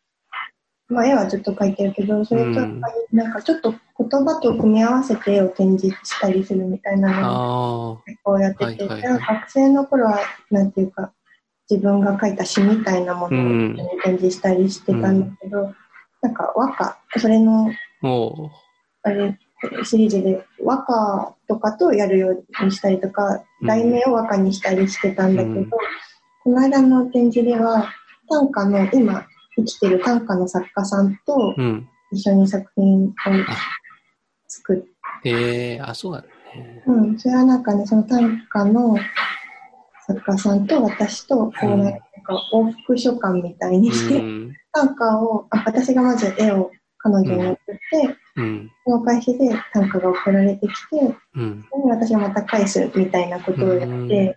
Speaker 2: まあ、絵はずっと描いてるけど、それとやっぱり、なんかちょっと言葉と組み合わせて絵を展示したりするみたいなのを
Speaker 1: あ
Speaker 2: 結構やってて、
Speaker 1: はいはいはい
Speaker 2: だから学生の頃は、なんていうか、自分が描いた詩みたいなものを展示したりしてたんだけど、なんか和歌、それの、
Speaker 1: あ、も
Speaker 2: あれ、シリーズで和歌とかとやるようにしたりとか、
Speaker 1: うん
Speaker 2: 題名を和歌にしたりしてたんだけど、
Speaker 1: うん
Speaker 2: この間の展示では短歌の今生きてる短歌の作家さんと
Speaker 1: う、うん。
Speaker 2: 一緒に作品を作って、
Speaker 1: ええあ、そうだね。
Speaker 2: うん、それはなんかねその短歌の作家さんと私とこう
Speaker 1: うん
Speaker 2: なんか往復書簡みたいにして、
Speaker 1: うん。
Speaker 2: 短歌をあ私がまず絵を彼女に送って、
Speaker 1: うん。
Speaker 2: その返しで短歌が送られてきて。
Speaker 1: うん。
Speaker 2: 私はまた返すみたいなことをやって、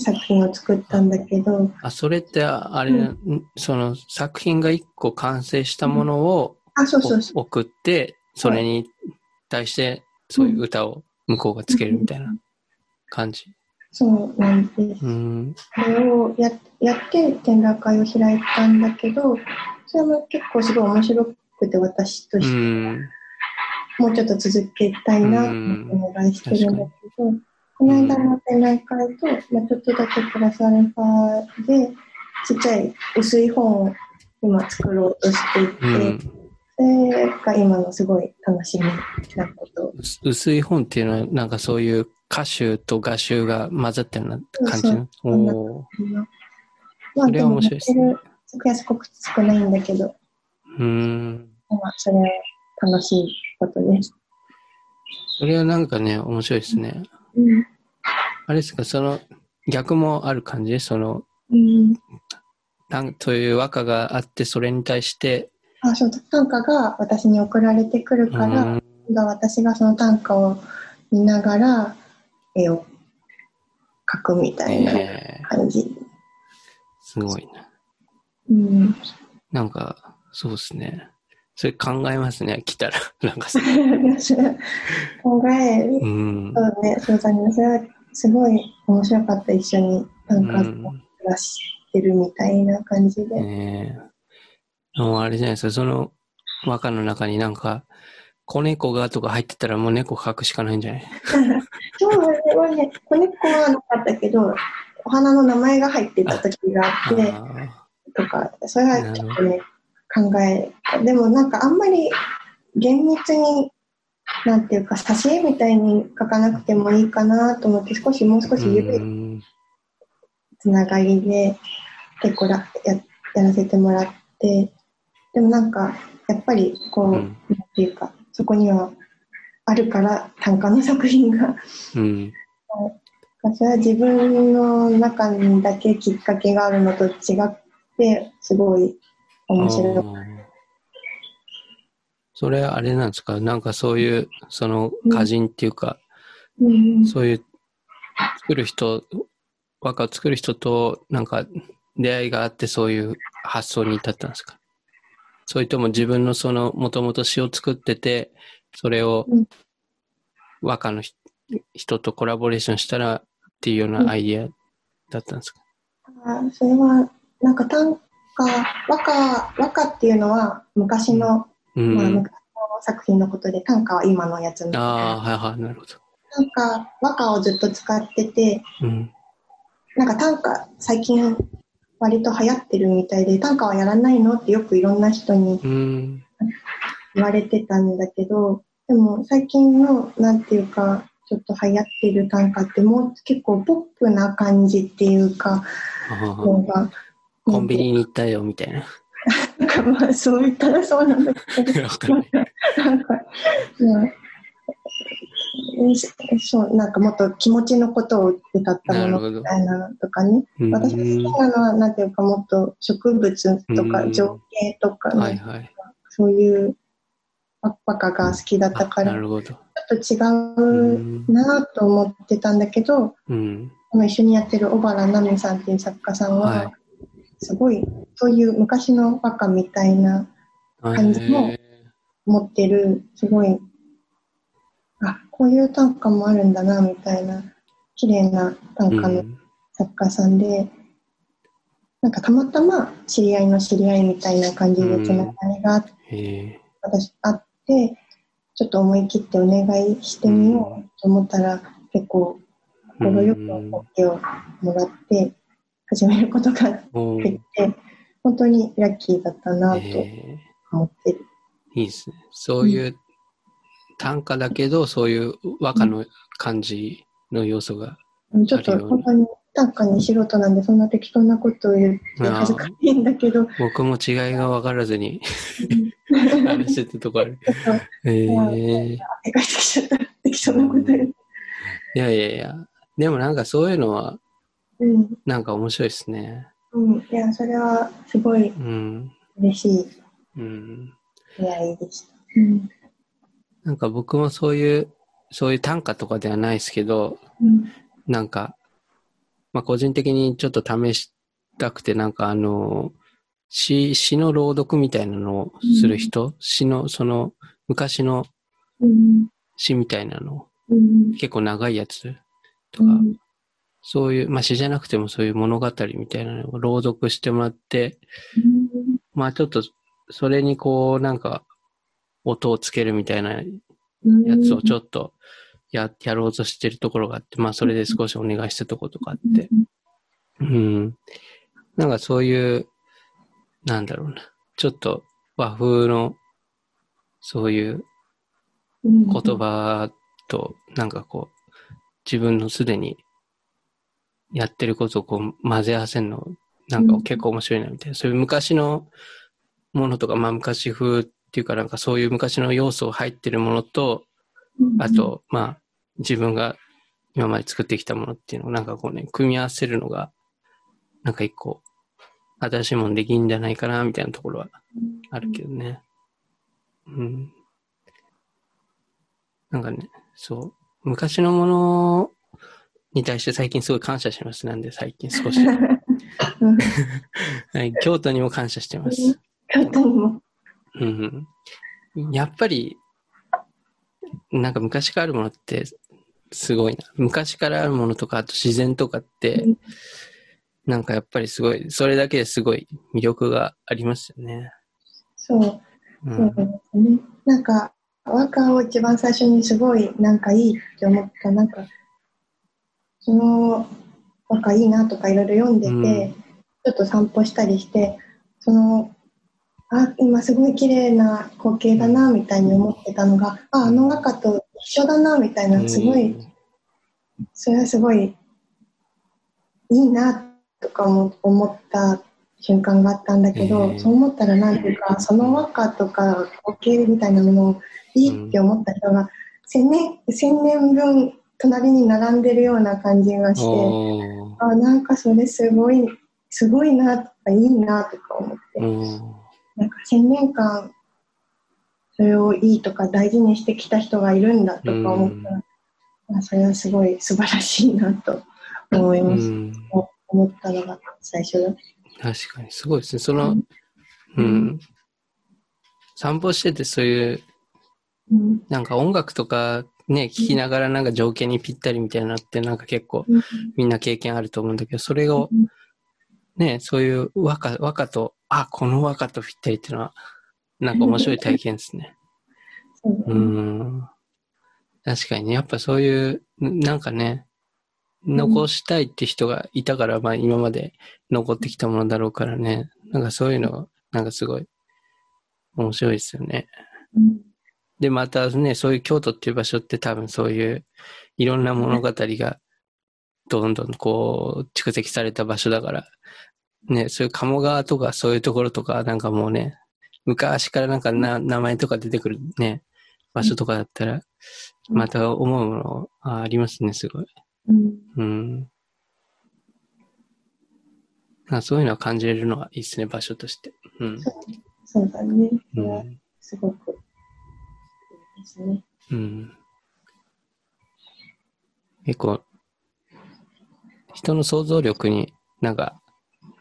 Speaker 2: 作品を作ったんだけど、
Speaker 1: あ、それって、あれ、
Speaker 2: うん
Speaker 1: んその作品が一個完成したものを
Speaker 2: あ、そうそうそ
Speaker 1: お送って、それに対して、そういう歌を向こうがつけるみたいな感じ。
Speaker 2: う、そうなんです。
Speaker 1: うん。
Speaker 2: それをややって展覧会を開いたんだけど、それも結構すごい面白くて、私と
Speaker 1: う
Speaker 2: して、
Speaker 1: ん。
Speaker 2: もうちょっと続けたいなって
Speaker 1: うん
Speaker 2: お願いしてるんだけど、この間の展覧会と、まあ、ちょっとだけプラスアルファで、ちっちゃい薄い本を今作ろうとしていて、
Speaker 1: うん。
Speaker 2: それが今のすごい楽しみなこと。
Speaker 1: 薄薄い本っていうのは、なんかそういう歌集と画集が混ざったような感じの。
Speaker 2: うそう
Speaker 1: おー
Speaker 2: まあ、
Speaker 1: それ
Speaker 2: で
Speaker 1: は
Speaker 2: も
Speaker 1: 面白いですね
Speaker 2: やってる作品はすごく少ないんだけど、
Speaker 1: うん。
Speaker 2: まあ、それは楽しいことです。
Speaker 1: それはなんかね、面白いですね。
Speaker 2: うん。
Speaker 1: あれですか、その、逆もある感じその、
Speaker 2: うん。
Speaker 1: なんという和歌があって、それに対して、
Speaker 2: あ、そう、短歌が私に送られてくる
Speaker 1: う
Speaker 2: から、
Speaker 1: ん、
Speaker 2: 今度は私がその短歌を見ながら絵を描くみたいな
Speaker 1: えー
Speaker 2: 感じ。
Speaker 1: すごいな。
Speaker 2: うん。
Speaker 1: なんか、そうですね。それ考えますね、来たら。 なんかさ、
Speaker 2: 考える
Speaker 1: うん
Speaker 2: そ。うね、そうだね。それはすごい面白かった、一緒に短歌を暮らしてるみたいな感じで。
Speaker 1: ねえ。もうあれじゃないですか、その和歌の中になんか、子猫がとか入ってたらもう猫描くしかないんじゃない
Speaker 2: そうね、俺ね、子猫はなかったけど、お花の名前が入ってた時があって、
Speaker 1: あ
Speaker 2: とか、それはちょっとね、考え、でもなんかあんまり厳密に、なんていうか、挿絵みたいに描かなくてもいいかなと思って、少しもう少
Speaker 1: ー
Speaker 2: し緩
Speaker 1: う
Speaker 2: い
Speaker 1: ん
Speaker 2: つながりで結構らややらせてもらってでもなんかやっぱりこう、
Speaker 1: う
Speaker 2: なん
Speaker 1: ん。
Speaker 2: ていうかそこにはあるから短歌の作品が
Speaker 1: うん。
Speaker 2: それは自分の中にだけきっかけがあるのと違ってすごい面白い
Speaker 1: あ。ーそれあれなんですかなんかそういう、その歌人っていうか、
Speaker 2: うん
Speaker 1: そういう、作る人、和歌を作る人と、なんか、出会いがあって、そういう発想に至ったんですかそれとも自分のその、もともと詩を作ってて、それを
Speaker 2: うん、
Speaker 1: 和歌のひ人とコラボレーションしたらっていうようなアイディアだったんですか
Speaker 2: あそれはなんか短歌和歌和歌っていうのは昔の、
Speaker 1: う
Speaker 2: まあ、昔
Speaker 1: ん
Speaker 2: の。作品のことで短歌は今のやつの
Speaker 1: ああ、はいはい、なるほど。
Speaker 2: 短なんか和歌をずっと使ってて、
Speaker 1: うん。
Speaker 2: なんか短歌最近割と流行ってるみたいで、短歌はやらないのってよくいろんな人に
Speaker 1: うん。
Speaker 2: 言われてたんだけど、でも最近の、なんていうか、ちょっと流行ってる短歌ってもう結構ポップな感じっていうか、
Speaker 1: ああ
Speaker 2: のが、
Speaker 1: コンビニに行ったよ、みた いな。
Speaker 2: なんかまあそう言ったらそうなんだけど、
Speaker 1: わかんない。
Speaker 2: なんか、うん、そう、なんかもっと気持ちのことを歌ったものみたいなのとかね。
Speaker 1: うん
Speaker 2: 私が好きなのは、なんていうか、もっと植物と
Speaker 1: う
Speaker 2: か
Speaker 1: ん
Speaker 2: 情景とかね、
Speaker 1: はいはい。
Speaker 2: そういうバカが好きだった
Speaker 1: あ
Speaker 2: から、
Speaker 1: な
Speaker 2: ち
Speaker 1: るほど。
Speaker 2: ょっと
Speaker 1: う。
Speaker 2: 違うんなぁと思ってたんだけど、
Speaker 1: うん。
Speaker 2: あの一緒にやってる小原奈美さんっていう作家さんは、
Speaker 1: はい
Speaker 2: すごい、そういう昔のバカみたいな感じも
Speaker 1: へえ
Speaker 2: 持ってる、すごい、あ、こういう短歌もあるんだな、みたいな、綺麗な短歌
Speaker 1: う
Speaker 2: の
Speaker 1: ん
Speaker 2: 作家さんで、なんかたまたま知り合いの知り合いみたいな感じでつながりが
Speaker 1: へえ
Speaker 2: 私あって、ちょっと思い切ってお願いしてみようと思ったら、結構心よく
Speaker 1: うん
Speaker 2: OK をもらって、始めることが
Speaker 1: お
Speaker 2: でき
Speaker 1: ー
Speaker 2: て、本当にラッキーだったな
Speaker 1: へ
Speaker 2: と
Speaker 1: え
Speaker 2: 思ってる。
Speaker 1: いいですね。そういう短歌だけど、そういう和歌の感じの要素が。
Speaker 2: ちょっ
Speaker 1: あ
Speaker 2: と
Speaker 1: るように
Speaker 2: 本当に短歌に素人なんで、そんな適当なことを言って恥ずかしいんだけど、
Speaker 1: 僕も違いが分からず に話してたとこある。へえ
Speaker 2: 世界的じゃない適当なこと言って。
Speaker 1: いやいやいや。でもなんかそういうのは、
Speaker 2: うん
Speaker 1: なんか面白いですね。
Speaker 2: うん、いや、それはすごい
Speaker 1: うん。
Speaker 2: 嬉しい
Speaker 1: うん。
Speaker 2: 出会いでした。うん。
Speaker 1: なんか僕もそういう、そういう短歌とかではないですけど、
Speaker 2: うん。
Speaker 1: なんか、まあ個人的にちょっと試したくて、なんかあの、詩、詩の朗読みたいなのをする人、詩の、その、昔の
Speaker 2: うん。
Speaker 1: 詩みたいなのを、
Speaker 2: うん。
Speaker 1: 結構長いやつと
Speaker 2: う
Speaker 1: か、
Speaker 2: ん。
Speaker 1: そういう、まあ詩じゃなくてもそういう物語みたいなのを朗読してもらって、まあちょっと、それにこう、なんか、音をつけるみたいな
Speaker 2: うん。
Speaker 1: やつをち
Speaker 2: っ
Speaker 1: ょっとや、やろうとしてるところがあって、まあそれで少しお願いしたところとかあって、。うん。なんかそういう、なんだろうな、ちょっと和風の、そういう
Speaker 2: 言
Speaker 1: 言。葉と、なんかこう、自分のすでにやってることをこう混ぜ合わせるの、なんか結構面白いなみたいな。そういう昔のものとか、まあ昔風っていうかなんかそういう昔の要素入ってるものと、あ、と、まあ自分が今まで作ってきたものっていうのをなんかこうね、組み合わせるのが、なんか一個、新しいものできんじゃないかな、みたいなところはあるけどね。うん。なんかね、そう。昔のものに対して最近すごい感謝します。なんで最近少し。
Speaker 2: うん。
Speaker 1: はい、京都にも感謝してます。
Speaker 2: 簡単にも。
Speaker 1: うん。やっぱり、なんか昔からあるものってすごいな。昔からあるものとか、あと自然とかって
Speaker 2: うん、
Speaker 1: なんかやっぱりすごい、それだけですごい魅力がありますよね。
Speaker 2: そう。
Speaker 1: う。
Speaker 2: そうんですね。なんか、和歌を一番最初にすごい、なんかいいって思った、なんか、その和歌いいなとかいろいろ読んでて、
Speaker 1: うん
Speaker 2: ちょっと散歩したりして、その、あ、今すごい綺麗な光景だな、みたいに思ってたのが、あ、あの和歌と一緒だな、みたいな、すごい、それはすごい、いいな、とかも思った瞬間があったんだけど、
Speaker 1: ええ
Speaker 2: そう思ったらなんていうか、その和歌とか光景みたいなものをいいって思った人が、千年、千年分隣に並んでるような感じがして、
Speaker 1: おー
Speaker 2: あ、なんかそれすごい、すごいな、とかいいな、とか思って、
Speaker 1: うん
Speaker 2: なんか千年間、それをいいとか大事にしてきた人がいるんだとか思ったら、あそれはすごい素晴らしいなと思いうます。
Speaker 1: ん、
Speaker 2: 思ったのが最初だ。
Speaker 1: 確かにすごいですね。その、う、
Speaker 2: うんん
Speaker 1: 散歩しててそういう、
Speaker 2: うん
Speaker 1: なんか音楽とかね、聞きながらなんか情景にぴったりみたいなのってなんか結構
Speaker 2: うん
Speaker 1: みんな経験あると思うんだけど、それをね、そういう和歌、和歌と、あ、この和歌とぴったり っていうのは、なんか面白い体験ですね。
Speaker 2: そう
Speaker 1: うん。確かにね、やっぱそういう、んなんかね、残したいって人がいたから、まあ今まで残ってきたものだろうからね、なんかそういうの、なんかすごい面白いですよね。
Speaker 2: うん
Speaker 1: で、またね、そういう京都っていう場所って多分そういういろんな物語がどんどんこう蓄積された場所だから、ね、そういう鴨川とかそういうところとかなんかもうね、昔からなんかな名前とか出てくるね、場所とかだったら、
Speaker 2: うん
Speaker 1: また思うものあありますね、すごい。
Speaker 2: うん
Speaker 1: うん。あそういうのは感じれるのはいいですね、場所として。うん。
Speaker 2: そうだね。
Speaker 1: う
Speaker 2: いや
Speaker 1: ん。
Speaker 2: すごくいいですね。
Speaker 1: うん、結構、人の想像力になんか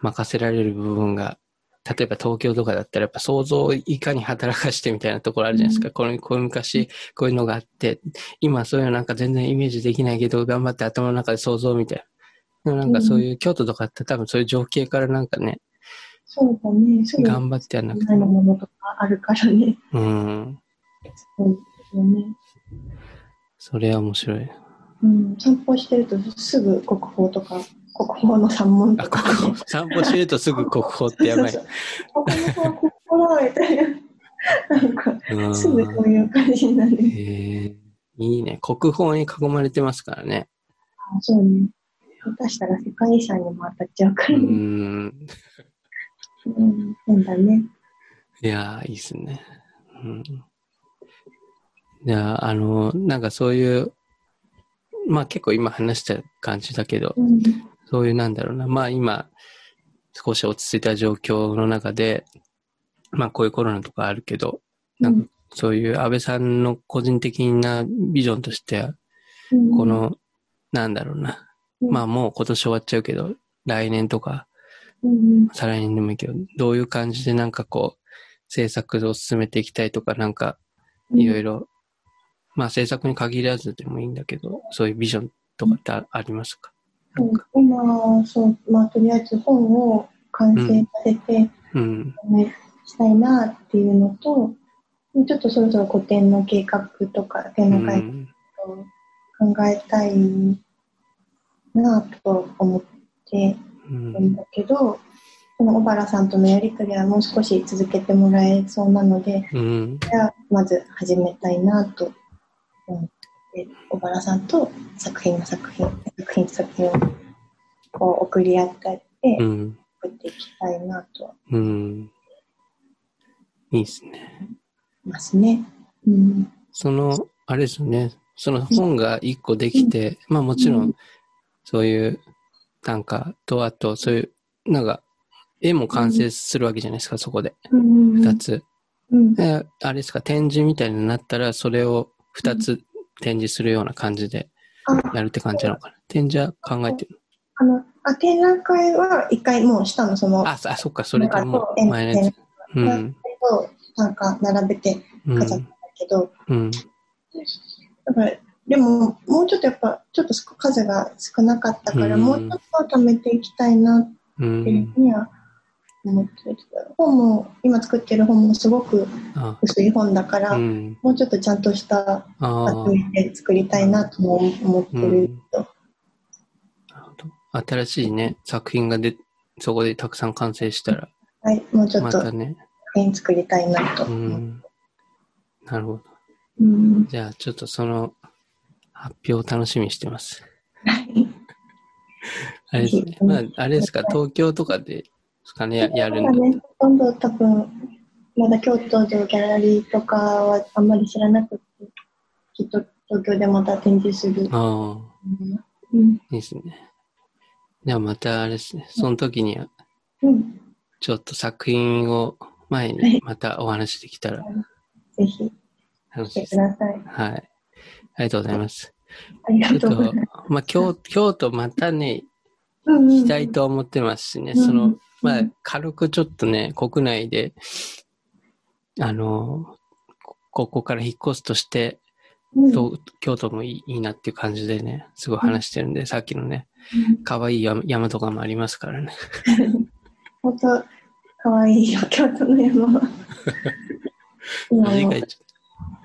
Speaker 1: 任せられる部分が、例えば東京とかだったらやっぱ想像をいかに働かしてみたいなところあるじゃないですか。このこういう昔こういうのがあって、今そういうのなんか全然イメージできないけど、頑張って頭の中で想像みたいな。でもなんかそういう京都とかって多分そういう情景からなんかね、
Speaker 2: そうだね。すぐ
Speaker 1: 頑張ってやんなくて
Speaker 2: 前のものとかあるからね。
Speaker 1: うん。
Speaker 2: そうですよね。
Speaker 1: それは面白い。
Speaker 2: うん、散歩してるとすぐ国宝とか、国宝の三門
Speaker 1: あ、
Speaker 2: と
Speaker 1: 国
Speaker 2: か。
Speaker 1: 宝。散歩してるとすぐ国宝ってやばい
Speaker 2: そう。そうそう。ここの子は国宝だみたいな。なんか、
Speaker 1: うん
Speaker 2: すぐそういう感じになる。
Speaker 1: へえ、いいね。国宝に囲まれてますからね。
Speaker 2: あそうね。下手したら世界遺産にも当たっちゃうか
Speaker 1: うーん。
Speaker 2: らね。うん、そうだね。
Speaker 1: いやー、いいっすね。うん。じゃあ、あの、なんかそういう、まあ結構今話した感じだけど、
Speaker 2: うん、
Speaker 1: そういうなんだろうな、まあ今、少し落ち着いた状況の中で、まあこういうコロナとかあるけど、なんかそういう安倍さんの個人的なビジョンとしては、
Speaker 2: うん
Speaker 1: こ、の、なんだろうな、
Speaker 2: うん
Speaker 1: まあもう今年終わっちゃうけど、来年とか、
Speaker 2: うん、
Speaker 1: 再来年でもいいけど、どういう感じでなんかこう、制作を進めていきたいとか、なんかいろい
Speaker 2: ろ。
Speaker 1: ろ、まあ制作に限らずでもいいんだけど、そういうビジョンとかってあありますかなんか
Speaker 2: 今、そう、まあ、とりあえず本を完成させて、
Speaker 1: うん。
Speaker 2: ね、したいなっていうのと、ちょっとそろそろ個展の計画とか、展
Speaker 1: う
Speaker 2: 覧会
Speaker 1: ん。
Speaker 2: を考えたいなと思って
Speaker 1: う
Speaker 2: るん
Speaker 1: ん。
Speaker 2: だけど、この小原さんとのやりとりはもう少し続けてもらえそうなので、
Speaker 1: うん。
Speaker 2: じゃあまず始めたいなと思って、小原さんと作品の作品、作品と作品をこう送り合ったりで
Speaker 1: う、ん。
Speaker 2: 作っていきたいなとは
Speaker 1: うん。いいですね。
Speaker 2: 思いますね。うん
Speaker 1: その、あれですよね。その本が一個できて、まあもちろ、
Speaker 2: うん
Speaker 1: そういう短歌と、あと、そういう、なんか、絵も完成するわけじゃないですか、そこで。
Speaker 2: 二
Speaker 1: 二。つ。
Speaker 2: うん
Speaker 1: であれですか、展示みたいになったら、それを二つ展示するような感じで
Speaker 2: あ
Speaker 1: やるって感じなのかな。展示は考えてる
Speaker 2: あのあ展覧会は一回もうしたのその
Speaker 1: の。あ、そあそっか、それとも
Speaker 2: なんかそう
Speaker 1: 前のやつ。う
Speaker 2: 展
Speaker 1: ん
Speaker 2: 覧。会をなんか並べて
Speaker 1: う
Speaker 2: 飾ったん
Speaker 1: ん
Speaker 2: だ。けど、
Speaker 1: うん。
Speaker 2: だからでももうちょっとやっぱちょっと数が少なかったから、
Speaker 1: うん
Speaker 2: もうちょっと貯めていきたいなっ
Speaker 1: う。
Speaker 2: ていうんふうには思ってる、本も今作ってる本もすごく
Speaker 1: あ、
Speaker 2: 薄い本だから、
Speaker 1: うん。
Speaker 2: もうちょっとちゃんとした
Speaker 1: ああ。
Speaker 2: 作品で作りたいなとも思ってるけど、
Speaker 1: なるほど新しいね、作品がで、そこでたくさん完成したら、
Speaker 2: はい、もうちょっ
Speaker 1: ま
Speaker 2: と
Speaker 1: た
Speaker 2: 作
Speaker 1: ね。
Speaker 2: 品作りたいなと
Speaker 1: う
Speaker 2: 思って。
Speaker 1: ん。なるほど。
Speaker 2: うん
Speaker 1: じゃあ、ちょっとその、発表を楽しみにしてます。あれですね。まあ、あれですか、東京とかで、ですかね、ややるんだ
Speaker 2: そうだね、ほとんど多分、まだ京都のギャラリーとかはあんまり知らなくて、きっと東京でまた展示する。
Speaker 1: ああ、
Speaker 2: うん。
Speaker 1: いいですね。じゃあまたあれですね、その時には
Speaker 2: うん。
Speaker 1: ちょっと作品を前
Speaker 2: は
Speaker 1: に
Speaker 2: い
Speaker 1: またお話できたら
Speaker 2: ぜひ
Speaker 1: 楽
Speaker 2: 来
Speaker 1: しいで
Speaker 2: てく
Speaker 1: す。
Speaker 2: ださい。
Speaker 1: はい。ありがとうございます。
Speaker 2: あり
Speaker 1: ちょ
Speaker 2: が
Speaker 1: っ
Speaker 2: とうござ
Speaker 1: と
Speaker 2: います。、
Speaker 1: まあ、京京都またね、
Speaker 2: うんうん
Speaker 1: 行きたいと思ってますしね、
Speaker 2: うん
Speaker 1: そうの
Speaker 2: ん、
Speaker 1: まあ、軽くちょっとね、国内で、あの、こここから引っ越すとして、
Speaker 2: うん
Speaker 1: と京都もいいいいなっていう感じでね、すごい話してるんで、さっきのね、
Speaker 2: うん
Speaker 1: 可愛い山山とかもありますからね。
Speaker 2: 本当、 かわいいよ、京都の山は。今
Speaker 1: 味
Speaker 2: も
Speaker 1: が
Speaker 2: う
Speaker 1: いっち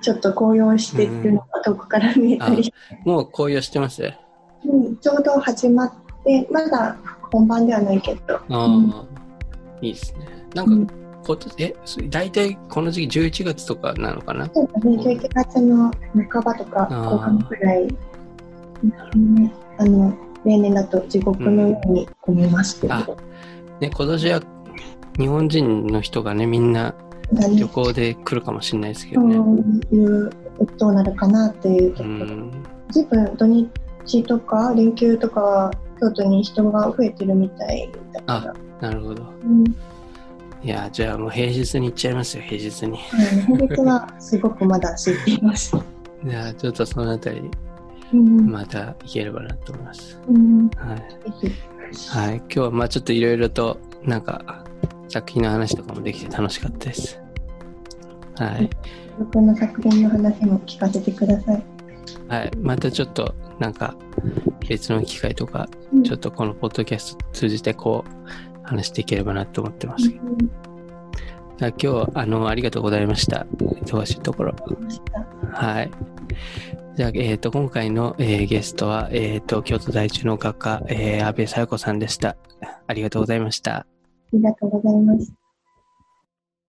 Speaker 2: ちょっと紅葉してるのが遠くから見えたり、
Speaker 1: もう紅葉してますあ
Speaker 2: うん、ちょうど始まってまだ本番ではないけど
Speaker 1: あ、
Speaker 2: うん
Speaker 1: いいですね。な
Speaker 2: うん
Speaker 1: か、今年、え、それ大体この時期11月とかなのかな
Speaker 2: そうだね、11月の半ばとか
Speaker 1: あー
Speaker 2: 後半くらい、ね、あの例年だと地獄のように混みますけど、
Speaker 1: あね、今年は日本人の人がね、みんな
Speaker 2: だね
Speaker 1: 旅行で来るかもしれないですけどね。
Speaker 2: そういうどうなるかなっていうと
Speaker 1: う
Speaker 2: ころ、
Speaker 1: ん。
Speaker 2: 随分土日とか連休とかは京都に人が増えてるみたいだから、
Speaker 1: なるほど。
Speaker 2: うん、
Speaker 1: いや、じゃあもう平日に行っちゃいますよ、平日に。
Speaker 2: うん平日はすごくまだ空いています。
Speaker 1: じゃあちょっとそのあたり、
Speaker 2: うん
Speaker 1: また行ければなと思います。
Speaker 2: うん
Speaker 1: はい。
Speaker 2: ぜひ
Speaker 1: はい、今日はまあちょっといろいろとなんか作品の話とかもできて楽しかったです。はい、
Speaker 2: 僕の作品の話も聞かせてください。
Speaker 1: はい、またちょっとなんか別の機会とか
Speaker 2: うん
Speaker 1: ちょっとこのポッドキャスト通じてこう話していければなと思ってます。じ
Speaker 2: うん
Speaker 1: ゃあ今日あのありがとうございました。忙しいところ。はい。じゃあ、えっ、と、今回の、えーゲストは、えっ、と、京都在住の画家、えー、安倍小夜子さんでした。ありがとうございました。
Speaker 2: ありがとうございました。